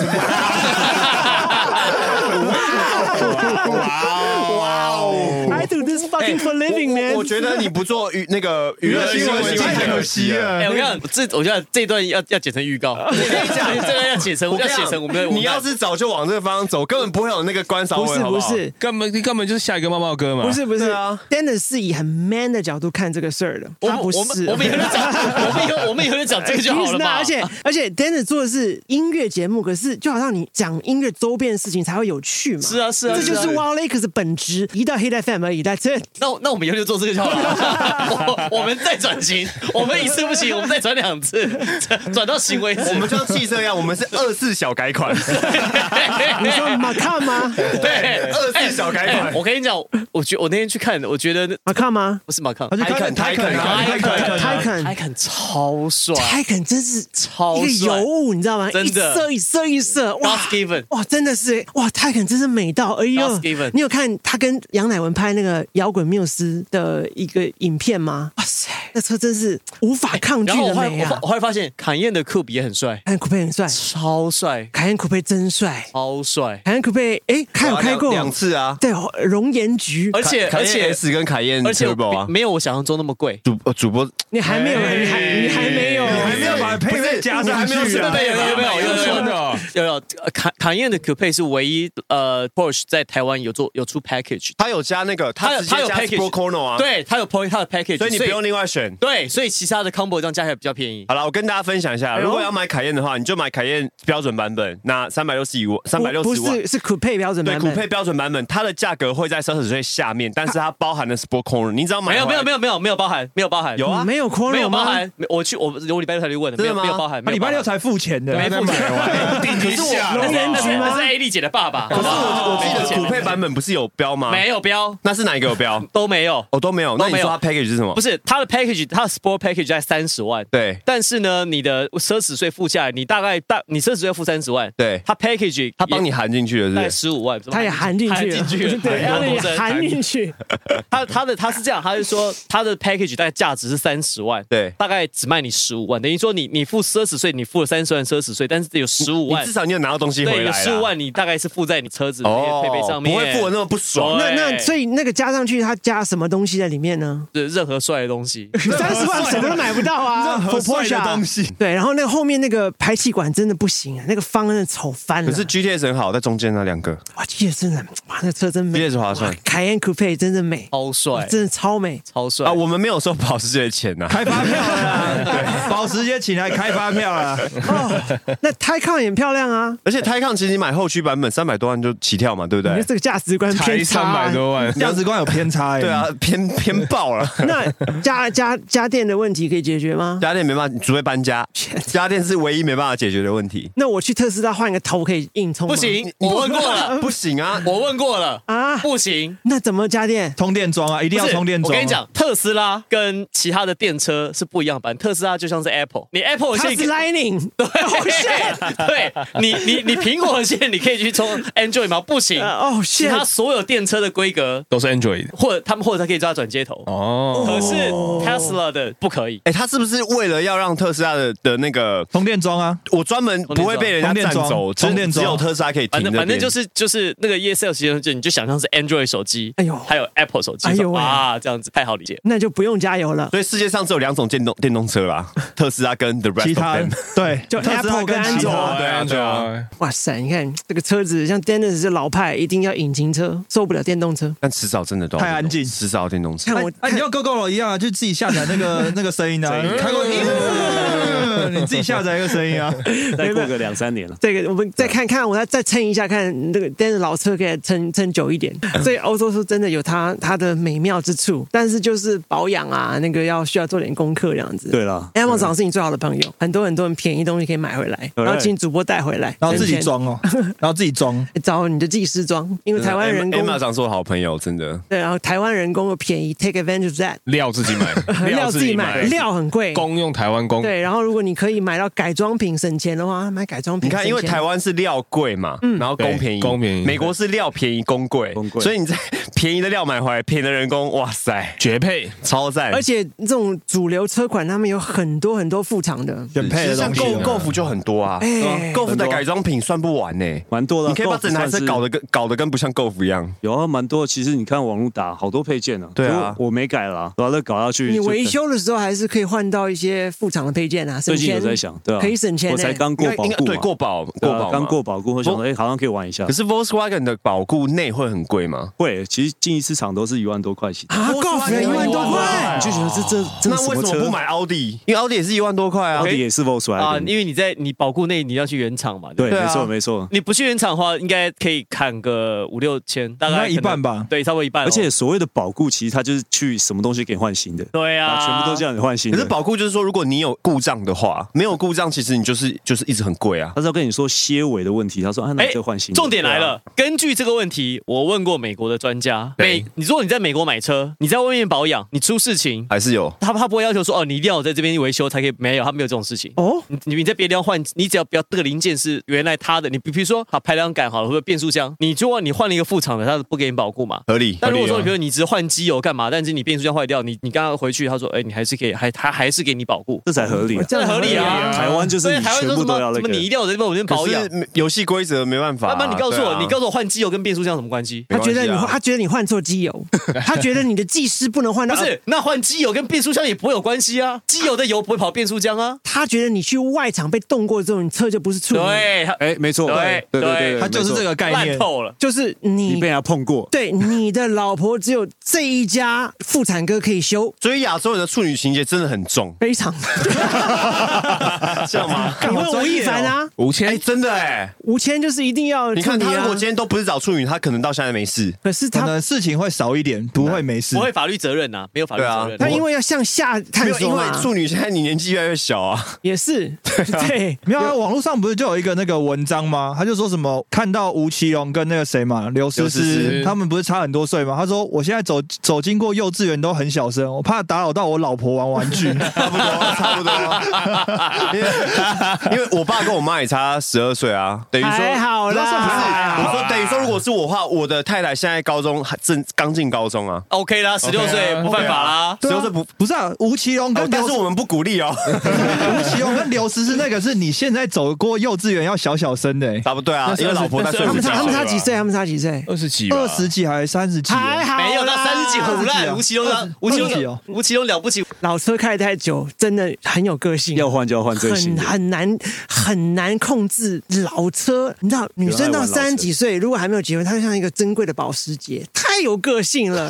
Speaker 2: 哇哦！
Speaker 1: I do this fucking for living,
Speaker 2: 我
Speaker 1: man。
Speaker 2: 我觉得你不做娱那个娱乐新闻
Speaker 5: 太可惜。了。
Speaker 4: 哎、我跟你讲，这我觉得这段要要剪成预告，我跟你讲，这段要剪成，
Speaker 2: 我
Speaker 4: 我
Speaker 2: 跟
Speaker 4: 要
Speaker 2: 你讲
Speaker 4: 写成我们的。
Speaker 2: 你要是早就往这个方向走，根本不会有那个关韶
Speaker 1: 不
Speaker 2: 文，
Speaker 1: 是
Speaker 2: 好不
Speaker 1: 不
Speaker 2: 好？
Speaker 1: 是
Speaker 8: 根本根本就是下一个猫猫哥嘛，
Speaker 1: 不是不是
Speaker 2: 对啊
Speaker 1: ，Dennis 是以很 man 的角度看这个事儿的，
Speaker 4: 我
Speaker 1: 他
Speaker 4: 们
Speaker 1: 不
Speaker 4: 我
Speaker 1: 是
Speaker 4: 们。我们以后就讲，我们以后我们以后就讲这个就好了
Speaker 1: 那
Speaker 4: 嘛。
Speaker 1: 而且而且，Dennis 做的是音乐节目，可是就好像你讲音乐周边的事情才会有趣嘛。
Speaker 4: 是啊是啊
Speaker 1: 这就是是
Speaker 4: 啊
Speaker 1: Wild Lake 的本质。一到 Hit FM 而已，但这
Speaker 4: 那我那我们以后就做这个就好了。我我们再转型，我们一次不行，我们再转两次，转转到行为止。
Speaker 2: 我们就像汽车一样，我们是二次小改款，
Speaker 1: 你说马卡 吗？
Speaker 4: 对
Speaker 2: 二次小改
Speaker 4: 哎
Speaker 2: 款。
Speaker 4: 我跟你讲，我觉我那天去看，我觉得那
Speaker 1: 马卡吗？
Speaker 4: 不是马康
Speaker 5: 他，就看
Speaker 2: 台肯
Speaker 5: 啊
Speaker 4: 台肯
Speaker 5: 台肯啊
Speaker 1: 泰肯，
Speaker 4: 还肯超帅
Speaker 1: 泰肯真是
Speaker 4: 超帅
Speaker 1: 一个尤物，你知道吗？
Speaker 4: 真的
Speaker 1: 一色一色一色，哇
Speaker 4: God's given
Speaker 1: 哇，真的是哇，泰肯真是美到，哎呦
Speaker 4: God's given
Speaker 1: 你有看他跟杨乃文拍那个摇滚缪斯的一个影片吗？哇塞，那车真是无法抗拒
Speaker 4: 然后我
Speaker 1: 的
Speaker 4: 后来
Speaker 1: 美
Speaker 4: 我
Speaker 1: 啊
Speaker 4: 发！我后来发现，凯燕的 Cube 也很帅，
Speaker 1: 凯恩酷配很帅，
Speaker 4: 超帅，
Speaker 1: 凯恩酷配真帅，
Speaker 4: 超帅。
Speaker 1: 凯恩酷配哎，开有开过
Speaker 2: 两两，次啊，
Speaker 1: 对，哦容颜局，
Speaker 4: 而且
Speaker 2: 凯
Speaker 4: 而
Speaker 2: 宴
Speaker 4: 且
Speaker 2: S 跟凯宴
Speaker 4: 而且
Speaker 2: Turbo 啊，
Speaker 4: 没有我想象中那么贵。
Speaker 2: 主呃主播
Speaker 1: 你还没有，你还哎你还没有，
Speaker 5: 你还没有把配备加上去啊，
Speaker 2: 不是你还没有 设备
Speaker 4: 有有有有有
Speaker 8: 真的哦
Speaker 4: 有有呃卡卡宴的 Coupe 是唯一呃 Porsche 在台湾有做有出 package，
Speaker 2: 他有加那个，
Speaker 4: 它
Speaker 2: 他
Speaker 4: 有
Speaker 2: 直接
Speaker 4: 它有
Speaker 2: 加
Speaker 4: package
Speaker 2: Sport Corner 啊，，
Speaker 4: 对，它有 Porsche 它的 package，
Speaker 2: 所以你不用另外选。
Speaker 4: 对，所以其他的 combo 这样加起来比较便宜。
Speaker 2: 好了，我跟大家分享一下，如果
Speaker 4: 哎
Speaker 2: 要买凯宴的话，你就买凯宴标准版本，那三百六十一万，三百六
Speaker 1: 不
Speaker 2: 十万
Speaker 1: 是。是酷配标准
Speaker 2: 对，
Speaker 1: 版本，
Speaker 2: 酷配标准版本，它的价格会在奢侈税下面，但是它包含了 Sport Corner，你只要买
Speaker 4: 没有没有没
Speaker 2: 有，
Speaker 4: 有没有没有包含，没有包含，
Speaker 2: 有啊
Speaker 1: 没有 corner
Speaker 4: 没有包
Speaker 1: 吗？
Speaker 4: 含。我去我我礼拜六才去问的，
Speaker 2: 真
Speaker 4: 没
Speaker 2: 的吗
Speaker 4: 没有包含，
Speaker 5: 他礼拜六才付钱的，
Speaker 4: 没付钱
Speaker 5: 完
Speaker 4: 顶
Speaker 2: 一下
Speaker 4: 那
Speaker 2: 龙
Speaker 4: 是那
Speaker 2: 人
Speaker 4: 是
Speaker 2: 局吗
Speaker 4: 那是 A 丽姐的爸爸。
Speaker 2: 可是我
Speaker 4: 好不好
Speaker 2: 我记得股配版本不是有标吗？
Speaker 4: 没有标，
Speaker 2: 那是哪一个有标？
Speaker 4: 都没有，
Speaker 2: 哦，都没有。那
Speaker 4: 都
Speaker 2: 你
Speaker 4: 没有
Speaker 2: 说它 package 是什么？
Speaker 4: 不是它的 package，它的 sport package 在三十万，
Speaker 2: 对
Speaker 4: 但是呢，你的奢侈税付下来，你大概大你奢侈税付三十万，
Speaker 2: 对，
Speaker 4: 它 package
Speaker 2: 它帮你
Speaker 4: 也
Speaker 2: 含进去了，是
Speaker 4: 大
Speaker 2: 不
Speaker 4: 概
Speaker 2: 是？
Speaker 4: 十五万，
Speaker 1: 他也含进去了，
Speaker 4: 含进去了，
Speaker 1: 对，他
Speaker 4: 韩
Speaker 1: 也
Speaker 4: 国真
Speaker 1: 含进去，
Speaker 4: 他他的他是这样，他是说他的 package 大概价值是三十万，
Speaker 2: 对
Speaker 4: 大概只卖你十五万，等于说你你付奢侈税，你付了三十万奢侈税，但是有十五
Speaker 2: 你
Speaker 4: 万
Speaker 2: 至，少你有拿到东西
Speaker 4: 对，
Speaker 2: 回
Speaker 4: 有
Speaker 2: 来
Speaker 4: 十五
Speaker 2: 啦。
Speaker 4: 万你大概是付在你车子那
Speaker 2: 哦
Speaker 4: 些配备上面，啊
Speaker 2: 不会付的那么不 爽
Speaker 1: 那那所
Speaker 4: 以
Speaker 1: 以那个加上去，他加什么东西在里面 呢？
Speaker 4: 任何帅的东 西，
Speaker 1: 三十万什么都买不到啊，
Speaker 5: 任何帅的东西
Speaker 1: For Porsche 啊对，然后那个后面那个排气管真的不行啊，那个方真的丑翻了。啊
Speaker 2: 可是 GTS 很好，在中间那啊两个
Speaker 1: 哇，这真的，哇，那车真美，
Speaker 2: GTS 划算
Speaker 1: 哇凯宴 Coupe 真的美，
Speaker 4: 超
Speaker 1: 哇
Speaker 4: 帅，
Speaker 1: 真的超美。
Speaker 4: 超帅
Speaker 2: 啊，我们没有收保时捷的钱啊呐。
Speaker 5: 开发票了啦，保时捷请来开发票了。
Speaker 1: 哦，那 Taycan 也很漂亮啊，
Speaker 2: 而且 Taycan 其实你买后驱版本三百多万就起跳嘛， 对不
Speaker 1: 你
Speaker 2: 对
Speaker 1: 看？这个价值观
Speaker 8: 才
Speaker 1: 偏差
Speaker 8: 三
Speaker 1: 啊、
Speaker 8: 百多万，
Speaker 5: 价值观有偏差哎、
Speaker 2: 对啊，偏偏爆了。
Speaker 1: 那家家家电的问题可以解决吗？
Speaker 2: 家电没办法，除非搬家，家电是唯一没办法解决的问题。
Speaker 1: 那我去特斯拉换个头可以硬充吗
Speaker 4: 不，行，我问过 了，
Speaker 2: 不行啊，
Speaker 4: 我问过了
Speaker 1: 啊
Speaker 4: 不行。
Speaker 1: 那怎么家电？
Speaker 5: 充电桩啊，一定
Speaker 4: 不
Speaker 5: 要
Speaker 4: 是
Speaker 5: 充电桩、
Speaker 4: 我跟你，讲，特斯拉跟其他的电车是不一样版。特斯拉就像是 Apple，你 Apple
Speaker 1: 它
Speaker 4: 先
Speaker 1: 是 Lightning，对，
Speaker 4: 对你，你你苹果线你可以去充 Android 吗？不行，
Speaker 1: 哦
Speaker 4: 其他
Speaker 1: shit，
Speaker 4: 所有电车的规格，
Speaker 8: 都是 Android
Speaker 4: 或者他们或者他可以叫它转接头，
Speaker 8: 哦。
Speaker 4: 可是 Tesla 的不可以。
Speaker 2: 哎、他是不是为了要让特斯拉的的那个，
Speaker 5: 充电桩啊，
Speaker 2: 我专门不会被人家占走，
Speaker 5: 充电桩充电
Speaker 2: 只
Speaker 5: 桩
Speaker 2: 有特斯拉可以停
Speaker 4: 反
Speaker 2: 这
Speaker 4: 正
Speaker 2: 边。
Speaker 4: 反正就是就是那个 ESL 其实就你就想象是 Android 手机，
Speaker 1: 哎呦
Speaker 4: 还有 Apple 手机，
Speaker 1: 哎呦喂
Speaker 4: 啊，这样子太好理解。
Speaker 1: 那就不用加油了。
Speaker 2: 所以世界上只有两种电动电动车啦，特斯拉跟 the
Speaker 8: 啊
Speaker 5: 其
Speaker 2: rest of
Speaker 5: 他
Speaker 2: them。
Speaker 5: 对，
Speaker 1: 就
Speaker 5: 特斯拉
Speaker 1: Apple 跟
Speaker 5: 其他
Speaker 1: 安卓
Speaker 8: 对啊，对啊，
Speaker 1: 哇塞，你看这个车子，像 Dennis 这老派，一定要引擎车，受不了电动车。
Speaker 2: 但迟早真的都要
Speaker 5: 太安
Speaker 2: 电动
Speaker 5: 静
Speaker 2: 迟早要电动车
Speaker 1: 看。我
Speaker 5: 哎，哎你要 GoGo 了一样啊，就自己下载 那个那个声音啊，你开过，你自己下载一个声音啊，
Speaker 3: 再过个两三年了。
Speaker 1: 这个我们再看看，我再再撑一下，看那个但是老车可以撑撑久一点。所以欧洲是真的有它它的美妙之处，但是就是保养啊，那个要需要做点功课这样子。
Speaker 3: 对啦
Speaker 1: Amazon 是你最好的朋友，很多很多很便宜东西可以买回来，
Speaker 3: Alright
Speaker 1: 然后请主播带回来，
Speaker 5: 然后自
Speaker 1: 省钱，
Speaker 5: 己
Speaker 1: 哎
Speaker 5: 装哦，然后自己装，
Speaker 1: 找你的技师装，因
Speaker 2: 啊
Speaker 1: 为台湾人工
Speaker 2: Emma 长是我好朋友，真的。
Speaker 1: 对，然后台湾人工又便宜，take advantage of that，
Speaker 8: 料自己买，
Speaker 1: 料自己买，料很贵。
Speaker 8: 公用台湾公，
Speaker 1: 对，然后如果你可以买到改装品省钱的话，买改装
Speaker 2: 你
Speaker 1: 品省
Speaker 2: 看，
Speaker 1: 钱。
Speaker 2: 因为台湾是料贵嘛，
Speaker 1: 嗯
Speaker 2: 然后工便宜，
Speaker 8: 对工便宜
Speaker 2: 美国是料便宜，工贵，
Speaker 3: 工贵
Speaker 2: 所以你在 便宜的料买回来，便宜的人工，哇塞，
Speaker 8: 绝配，
Speaker 2: 超赞！
Speaker 1: 而且这种主流车款，他们有很多很多副厂的，
Speaker 5: 选配
Speaker 2: 其
Speaker 5: 的
Speaker 2: 实像
Speaker 5: 东西啊
Speaker 2: Go Golf 就很多啊
Speaker 1: 哎
Speaker 2: ，Golf 的
Speaker 3: 很多
Speaker 2: 改装品算不完呢，
Speaker 3: 蛮多的啊
Speaker 2: 你可以把
Speaker 3: Golf
Speaker 2: 整台车
Speaker 3: 算是
Speaker 2: 搞得跟搞得跟不像 Golf 一样。
Speaker 3: 有啊，蛮多。其实你看网络打好多配件啊，
Speaker 2: 对啊
Speaker 3: 可是我我没改啦，然后再搞下去。
Speaker 1: 你
Speaker 3: 就
Speaker 1: 维修的时候还是可以换到一些副厂的配件啊，省
Speaker 3: 最近
Speaker 1: 钱。
Speaker 3: 有在想，对啊，
Speaker 1: 可以省钱、欸。
Speaker 3: 我才刚过保
Speaker 2: 应该
Speaker 3: 固嘛，
Speaker 2: 对过保
Speaker 3: 对
Speaker 2: 过
Speaker 3: 啊
Speaker 2: 保嘛
Speaker 3: 刚过。保固，我想说，哎，好像可以玩一下
Speaker 2: 可。是 Volkswagen 的保固内会很贵吗？
Speaker 3: 会，其实进一次场都是一万多块起跳。
Speaker 1: 啊，购买一万多块
Speaker 3: 你，就觉得这这这
Speaker 2: 那为什么不买奥迪？因为奥迪也是一万多块啊
Speaker 3: 奥。迪也是 v o l k s w
Speaker 4: 啊，
Speaker 3: a g
Speaker 4: 因为你在你保固内你要去原厂嘛，对不对
Speaker 3: 对，
Speaker 2: 对啊
Speaker 3: 没错没错。
Speaker 4: 你不去原厂的话，应该可以砍个五六千，大概
Speaker 5: 那一
Speaker 4: 可能
Speaker 5: 半吧
Speaker 4: 对，差不多一半哦。
Speaker 3: 而且所谓的保固，其实它就是去什么东西给你换新的，
Speaker 4: 对啊，
Speaker 3: 啊，全部都叫你换新
Speaker 2: 可
Speaker 3: 的。
Speaker 2: 是保固就是说，如果你有故障的话，没有故障，其实你就是就是一直很贵啊。
Speaker 3: 他是要跟你说些尾的问题，他说啊，那
Speaker 4: 哎
Speaker 3: 你就换新的。啊
Speaker 4: 重点来了，根据这个问题，我问过美国的专家，美，你如果你在美国买车，你在外面保养，你出事情。
Speaker 2: 还是有，
Speaker 4: 他他不会要求说哦，你一定要有在这边维修才可以，没有，他没有这种事情。
Speaker 1: 哦，
Speaker 4: 你你在别的地方换，你只要不要这个零件是原来他的，你比比如说好排量杆好了，或者变速箱，你就换你换了一个副厂的，他不给你保固嘛。
Speaker 2: 合理。
Speaker 4: 但如果说
Speaker 8: 合理啊
Speaker 4: 比如你只是换机油干嘛，但是你变速箱坏掉，你你刚刚回去他说，哎，你还是可以，还他还是给你保固，
Speaker 3: 这才合理啊。
Speaker 1: 这样
Speaker 4: 合理啊。
Speaker 3: 台湾就是
Speaker 4: 所以
Speaker 3: 你
Speaker 4: 台湾
Speaker 3: 全
Speaker 4: 说
Speaker 3: 部
Speaker 4: 什
Speaker 3: 都
Speaker 4: 么
Speaker 3: 要那
Speaker 4: 什么
Speaker 3: 个，
Speaker 4: 你一定要在这边我这边保
Speaker 2: 可
Speaker 4: 养
Speaker 2: 是，游戏规则没办法啊。
Speaker 4: 爸爸，你告诉
Speaker 2: 对
Speaker 4: 我，
Speaker 2: 啊
Speaker 4: 你告诉我换机油跟变速箱有什么关系？
Speaker 1: 他觉得
Speaker 2: 没
Speaker 1: 你，
Speaker 2: 关系啊
Speaker 1: 他觉得你换错机油，他觉得你的技师不能换
Speaker 4: 不
Speaker 1: 到，
Speaker 4: 是，那换机油跟变速箱也不会有关系啊，机油的油不会跑变速箱啊。
Speaker 1: 他觉得你去外厂被动过之后，你车就不是处女，
Speaker 4: 对，
Speaker 3: 哎，没错，
Speaker 4: 对
Speaker 3: 对对
Speaker 4: 对
Speaker 3: 对，
Speaker 5: 它就是这
Speaker 3: 个，
Speaker 5: 个概
Speaker 4: 烂
Speaker 5: 念。
Speaker 4: 透了。
Speaker 1: 就是
Speaker 3: 你
Speaker 1: 你
Speaker 3: 被人家碰过，
Speaker 1: 对你的老婆只有这一家妇产科可以修，
Speaker 2: 所以亚洲人的处女情节真的很重。
Speaker 1: 非常。
Speaker 2: 这样 吗？
Speaker 1: 你问吴亦凡啊，
Speaker 2: 吴谦，哎，真的哎，
Speaker 1: 吴谦就是一定要
Speaker 2: 你看
Speaker 1: 处
Speaker 2: 他
Speaker 1: 理
Speaker 2: 如
Speaker 1: 啊
Speaker 2: 果今天都不是找处女，他可能到现在没事。
Speaker 1: 可是
Speaker 5: 可
Speaker 1: 他
Speaker 5: 能事情会少一点，不会没事
Speaker 4: 不。会法律责任呐、没有法律
Speaker 2: 对啊
Speaker 4: 责任。
Speaker 1: 他因为要向下探
Speaker 2: 没有，因
Speaker 1: 索
Speaker 2: 为
Speaker 1: 嘛，
Speaker 2: 处女现在你年纪越来越小啊，
Speaker 1: 也是对。
Speaker 5: 没有啊，网络上不是就有一个那个文章吗？他就说什么看到吴奇隆跟那个谁嘛，刘诗
Speaker 2: 刘诗
Speaker 5: 诗
Speaker 2: 诗
Speaker 5: 他们不是差很多岁吗？他说我现在走走经过幼稚园都很小声，我怕打扰到我老婆玩玩 具。
Speaker 2: 差不 多，差不多。因为因为我爸跟我妈也差十二岁啊，等于说
Speaker 1: 还好啦
Speaker 2: 不是，我说等于说，如果是我的话，我的太太现在高中还正刚进高中啊，
Speaker 4: OK 啦，十六
Speaker 8: OK 啊
Speaker 4: 岁哦不犯法啦。
Speaker 2: 十
Speaker 5: 对啊
Speaker 2: 六岁不。
Speaker 5: 不是啊，吴奇隆
Speaker 2: 哦
Speaker 5: 跟
Speaker 2: 但
Speaker 5: 刘
Speaker 2: 是我们不鼓励哦，
Speaker 5: 吴奇隆跟刘诗诗那个是你现在走过幼稚园要小小 声的、欸，
Speaker 2: 差不多啊，因为老婆在睡
Speaker 1: 他
Speaker 2: 午
Speaker 1: 们
Speaker 2: 觉
Speaker 1: 差
Speaker 8: 那
Speaker 1: 他
Speaker 8: 是
Speaker 1: 们
Speaker 8: 那
Speaker 1: 差
Speaker 8: 是
Speaker 1: 几岁？他们差几岁？
Speaker 8: 二十几吧，
Speaker 5: 二十几还是三十几、
Speaker 1: 还
Speaker 5: 欸？
Speaker 1: 好啦
Speaker 4: 没有到三十几，胡
Speaker 5: 啊
Speaker 4: 乱，吴奇隆了，吴奇
Speaker 5: 二十几哦
Speaker 4: 隆，吴奇隆了不起，
Speaker 1: 老车开得太久，真的很有个性。啊
Speaker 3: 要换就要换最新
Speaker 1: 很
Speaker 3: 的。
Speaker 1: 很难很难控制老车，你知道，女生到三十几岁，如果还没有结婚，她就像一个珍贵的保时捷，太有个性了。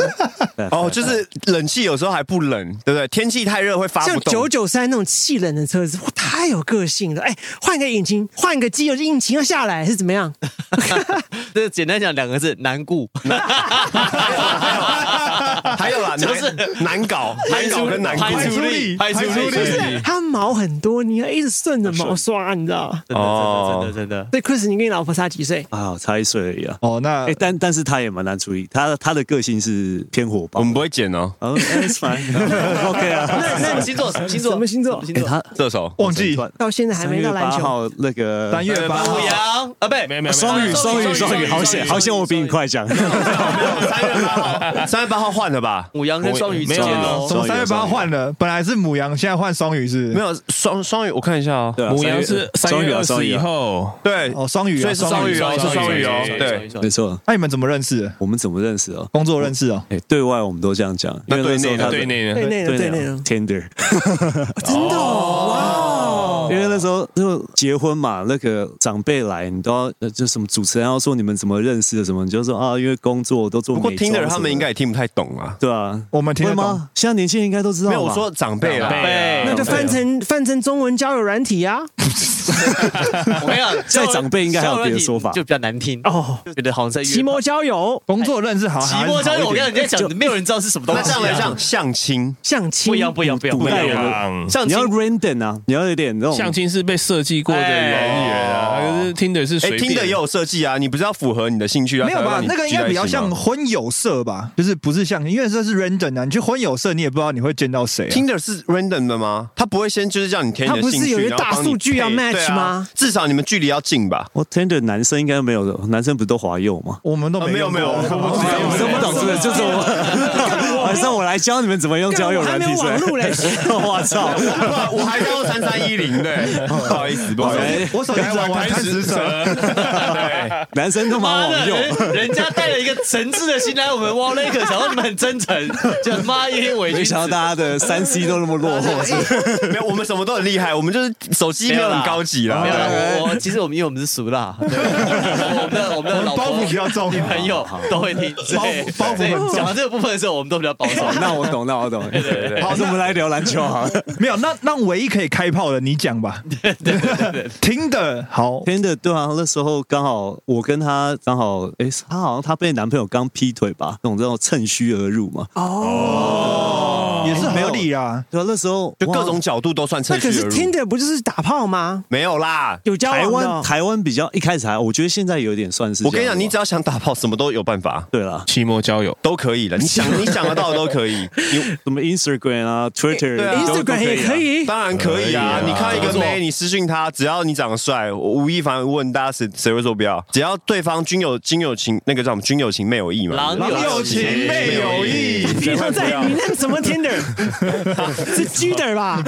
Speaker 2: 哦，就是冷气有时候还不冷，对不对？天气太热会发
Speaker 1: 像
Speaker 2: 不
Speaker 1: 九
Speaker 2: 动。
Speaker 1: 九三那种气冷的车子，哇，太有个性了。哎，换个引擎，换个机油，引擎要下来是怎么样？
Speaker 4: 这简单讲两个字，难顾。
Speaker 2: 还有啦，
Speaker 4: 就是
Speaker 2: 难难搞，难搞跟难过
Speaker 4: 排除力，排除力，真的
Speaker 1: 它毛很多，你要一直顺着毛刷，你知道？
Speaker 4: 真的真的真的。
Speaker 1: 所以 Chris，你跟你老婆差几岁？
Speaker 3: 啊，差一岁而已啊。
Speaker 5: 哦，那、
Speaker 3: 哎、但但是他也蛮难处理，他他的个性是偏火爆
Speaker 2: 我。们不会剪哦，
Speaker 3: 哦 i t s fine，OK 啊。
Speaker 4: 那那星座什么星座？
Speaker 1: 什么星座
Speaker 4: 什么星
Speaker 3: 哎、
Speaker 4: 座？
Speaker 3: 他
Speaker 2: 射手
Speaker 5: 忘记
Speaker 1: 到现在还没到篮
Speaker 3: 3月8
Speaker 1: 球。
Speaker 3: 号那个
Speaker 5: 三月八号
Speaker 4: 母羊啊，不，
Speaker 8: 没有没有
Speaker 3: 双
Speaker 8: 没
Speaker 3: 语
Speaker 8: 有
Speaker 3: 双语双语，好险好险，我比你。快讲。
Speaker 2: 三月八号，三月八号换了吧？
Speaker 4: 母羊跟双鱼之
Speaker 8: 没
Speaker 4: 间
Speaker 8: 有
Speaker 4: 哦，
Speaker 2: 啊
Speaker 5: 从三月八换了，本来是母羊，现在换双鱼是不是
Speaker 2: 没有双双语，我看一下哦。
Speaker 3: 对啊
Speaker 8: 母羊是
Speaker 3: 双
Speaker 8: 三
Speaker 3: 语
Speaker 8: 月
Speaker 3: 啊
Speaker 8: 二
Speaker 3: 双
Speaker 8: 十
Speaker 3: 语
Speaker 8: 以
Speaker 3: 啊
Speaker 8: 后，
Speaker 2: 对，
Speaker 5: 哦，双鱼、
Speaker 2: 所
Speaker 5: 啊，
Speaker 2: 以是双鱼哦，是双鱼哦，对。
Speaker 3: 没错，
Speaker 5: 那、你们怎么认识的？
Speaker 3: 我们怎么认识哦？
Speaker 5: 工作认识哦。
Speaker 3: 哎、对外我们都这样讲，因
Speaker 2: 那
Speaker 3: 为
Speaker 2: 对
Speaker 3: 时
Speaker 2: 内
Speaker 3: 候他
Speaker 2: 呢
Speaker 8: 对内
Speaker 1: 对
Speaker 8: 呢？
Speaker 1: 内容，对内容，
Speaker 3: Tender，
Speaker 1: 真的哦
Speaker 3: 因为那时候就结婚嘛，那个长辈来，你都要呃就什么主持人要说你们怎么认识的什么，你就说啊，因为工作都做
Speaker 2: 不
Speaker 3: 美
Speaker 2: 过
Speaker 3: 妆什
Speaker 2: 听
Speaker 3: 么的。
Speaker 2: 的人他们应该也听不太懂啊。
Speaker 3: 对啊，
Speaker 5: 我们听得
Speaker 3: 会
Speaker 5: 懂
Speaker 3: 吗？现在年轻人应该都知道
Speaker 2: 没
Speaker 3: 吧。
Speaker 2: 有，我说长辈啊啦，
Speaker 4: 啊
Speaker 1: 哇，
Speaker 4: 对，
Speaker 1: 那就翻成翻成中文交友软体啊。
Speaker 4: 我跟你讲，
Speaker 3: 在长辈应该还有别的说法
Speaker 4: 就比较难听哦，
Speaker 1: 哦，
Speaker 4: 就觉得好像在约
Speaker 1: 奇摩交友、
Speaker 5: 工作认识好，
Speaker 4: 奇摩交友，我跟你
Speaker 5: 你
Speaker 4: 讲，你在讲，没有人知道是什么东
Speaker 2: 那
Speaker 4: 西
Speaker 2: 这样来
Speaker 4: 啊。
Speaker 2: 像相亲，哎
Speaker 1: 相亲
Speaker 4: 不一样，不一样，不一样，不一
Speaker 3: 对
Speaker 4: 样。像
Speaker 8: 像
Speaker 3: 你要
Speaker 4: 亲
Speaker 3: random 啊，你要有点那种
Speaker 8: 相亲是被设计过的人员啊，可是听的是
Speaker 2: 哎
Speaker 8: 随，便
Speaker 2: 听的也有设计啊，你不是要符合你的兴趣啊？
Speaker 5: 没有
Speaker 2: 才会
Speaker 5: 吧
Speaker 2: 让？你
Speaker 5: 那个应该比较像
Speaker 2: 聚在一起吗。
Speaker 5: 婚友社吧，就是不是像，因为这是 random 啊，你去婚友社你也不知道你会见到谁、啊。
Speaker 2: Tinder 是 random 的吗？他不会先就是叫你填你的
Speaker 1: 它不是
Speaker 2: 兴趣，
Speaker 1: 有一个
Speaker 2: 然后
Speaker 1: 大
Speaker 2: 帮你
Speaker 1: 数据要
Speaker 2: 配
Speaker 1: match
Speaker 2: 对啊
Speaker 1: 吗
Speaker 2: 至少你们距离要近吧？
Speaker 3: 我 Tinder 男生应该没有的，男生不是都滑右 吗？
Speaker 5: 我们都
Speaker 2: 啊
Speaker 5: 没
Speaker 2: 没有
Speaker 5: 用过
Speaker 2: 没有， 我
Speaker 3: 我们都不懂这个，就是我 晚上我来教你们怎么用交友软体。
Speaker 1: 干我还没有网路嘞
Speaker 3: 我操！
Speaker 2: 不我还要三三一零的， 不好意思，不好意思，
Speaker 5: 我手机只玩贪食蛇，
Speaker 3: 男生都
Speaker 4: 妈
Speaker 3: 蛮
Speaker 4: 的，
Speaker 3: 往右，
Speaker 4: 人人家带了一个诚挚的心来我们 w a l l a k e 想说你们很真诚，就妈一天伪
Speaker 3: 没
Speaker 4: 君子
Speaker 3: 想到。大家的三 C 都那么落后。是吧
Speaker 2: 没有，我们什么都很厉害，我们就是手机没有很高级啦
Speaker 4: 没。有啦，我我其实我们因为我们是熟啦，对我们的我们的老婆
Speaker 5: 包袱比较重
Speaker 4: 女朋
Speaker 8: 啊
Speaker 4: 友都会听，
Speaker 5: 包袱包袱很重
Speaker 4: 讲到这个部分的时候，我们都比较保守。
Speaker 3: 那我懂，那我懂。好，那我们来聊篮球好了。
Speaker 5: 没有。那那唯一可以开炮的，你讲吧。听的好，
Speaker 3: Tinder 对啊，那时候刚好我跟他刚好，诶，他好像他被男朋友刚劈腿吧，那种这种趁虚而入嘛。
Speaker 5: 也是合理啊。
Speaker 3: 对啊，那时候
Speaker 2: 就各
Speaker 3: 哇
Speaker 2: 种角度都算
Speaker 1: 那
Speaker 2: 趁虚
Speaker 1: 可
Speaker 2: 而 入。
Speaker 1: 是 Tinder 不就是打炮吗？
Speaker 2: 没有啦，
Speaker 1: 有交
Speaker 3: 台
Speaker 1: 往的
Speaker 3: 湾
Speaker 1: 哦，
Speaker 3: 台湾比较一开始还，我觉得现在有啊点算是
Speaker 2: 我跟你
Speaker 3: 这样
Speaker 2: 讲，
Speaker 3: 了
Speaker 2: 你只要想打炮，什么都有办法，
Speaker 3: 对了，
Speaker 8: 期末交友，
Speaker 2: 都可以了。你想你想得到的都可以，你
Speaker 3: 什么 Instagram 啊、Twitter
Speaker 2: 对啊
Speaker 3: 都
Speaker 1: Instagram 也可。
Speaker 3: 都啊
Speaker 1: 以。
Speaker 2: 当然可以啊。
Speaker 8: 可以啊
Speaker 2: 你看一个
Speaker 8: 怎么做
Speaker 2: 妹，你私讯她，只要你长得帅，我吴亦凡问大家谁谁会说不要？只要对方均有均有情，那个叫什么均有情妹有意嘛。
Speaker 4: 狼
Speaker 5: 友
Speaker 4: 友
Speaker 5: 情妹友意，
Speaker 1: 你 说在你那个什么 Tinder 是 Tinder 吧？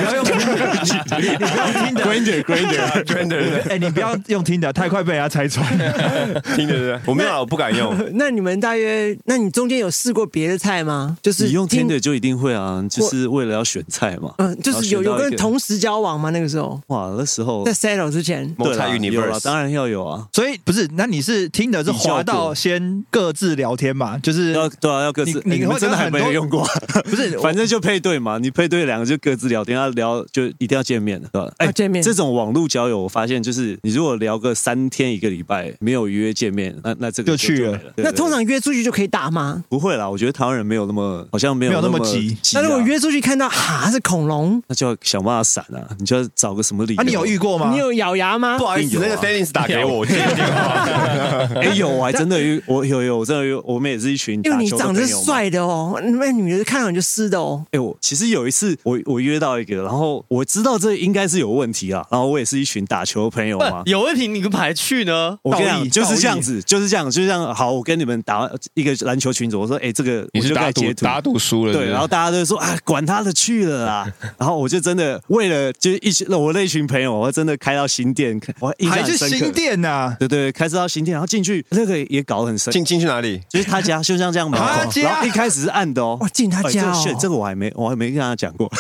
Speaker 3: Grander Grander，
Speaker 2: 真的对
Speaker 5: 哎，你不要用听的，太快被人家拆穿。
Speaker 2: 对，听着，我没有啊，我不敢用。
Speaker 1: 那你们大约，那你中间有试过别的菜吗？就是
Speaker 3: 你用
Speaker 1: Tin-
Speaker 3: Tinder 就一定会啊，就是为了要选菜嘛。
Speaker 1: 嗯，就是有
Speaker 3: 然
Speaker 1: 有
Speaker 3: 后选到一
Speaker 1: 跟同时交往吗？那个时候
Speaker 3: 哇，那时候
Speaker 8: 哦
Speaker 1: 在 settle 之前，
Speaker 2: 谋
Speaker 3: 对
Speaker 2: 财
Speaker 3: 啦有啦
Speaker 2: universe，
Speaker 3: 当然要有啊。
Speaker 5: 所以不是，那你是听的是滑
Speaker 3: 比较
Speaker 5: 到
Speaker 3: 过
Speaker 5: 先各自聊天嘛？就是
Speaker 3: 要对啊，要各自。
Speaker 5: 你
Speaker 3: 哎
Speaker 5: 你
Speaker 3: 们
Speaker 5: 会
Speaker 3: 真的
Speaker 5: 跟
Speaker 3: 还
Speaker 5: 很
Speaker 3: 没
Speaker 5: 多
Speaker 3: 有用过，
Speaker 5: 不是
Speaker 3: 反正就配对嘛，你配对两个就各自聊天，要聊就一定要见面的，对吧？
Speaker 1: 啊
Speaker 3: 哎、
Speaker 1: 要见面
Speaker 3: 这种网络交友，我发现就是你如果聊个三天一个礼拜没有约见面，那那这个
Speaker 5: 就去了
Speaker 3: 了。对
Speaker 1: 那
Speaker 3: 对
Speaker 1: 通常约出去就可以打吗？
Speaker 3: 不会啦，我觉得台湾人没有那么好像没有
Speaker 5: 没有那么
Speaker 3: 么
Speaker 5: 急
Speaker 3: 啊
Speaker 1: 那如果约出去看到哈是恐龙，
Speaker 3: 那就要想办法闪啊，你就要找个什么理由。
Speaker 5: 啊，你有遇过吗？
Speaker 1: 你有咬牙吗？
Speaker 2: 不好意思，那个 Dennis 打给我，啊 我接电话。
Speaker 3: 哎、有啊，还真的有，我有有，我真的有，我们也是一群
Speaker 1: 因为
Speaker 3: 打
Speaker 1: 哎你
Speaker 3: 球的
Speaker 1: 长
Speaker 3: 朋
Speaker 1: 得
Speaker 3: 友嘛。
Speaker 1: 帅的哦，那女的看到你就是的哦。
Speaker 3: 哎、我其实有一次我，我约到一个，然后我知道这应该是有问题啊，然后我也是一群打球的朋友
Speaker 4: 不
Speaker 3: 嘛，
Speaker 4: 有问题，你们还去呢？
Speaker 3: 我跟你
Speaker 5: 道
Speaker 3: 讲，
Speaker 5: 义
Speaker 3: 就是这样子，就是这样，就是这样。好，我跟你们打一个篮球群组，我说，哎、这个
Speaker 8: 你
Speaker 3: 我
Speaker 8: 是
Speaker 3: 就
Speaker 8: 打
Speaker 3: 该
Speaker 8: 赌
Speaker 3: 截图。
Speaker 8: 打赌输了是不是，
Speaker 3: 对，然后大家都说啊，管他的去了啦。然后我就真的为了就是一群我那一群朋友，我真的开到新店，我印象
Speaker 5: 还
Speaker 3: 很
Speaker 5: 是
Speaker 3: 深刻
Speaker 5: 新，店呐、
Speaker 3: 对对，开车到新店，然后进去那个也搞得很深，
Speaker 2: 进进去哪里？
Speaker 3: 就是他家就像这样门口
Speaker 5: 他家
Speaker 3: 然后一开始是暗的哦，
Speaker 1: 哇进他家哦
Speaker 3: 哎这个 shit，这个我还没我还没跟他讲过。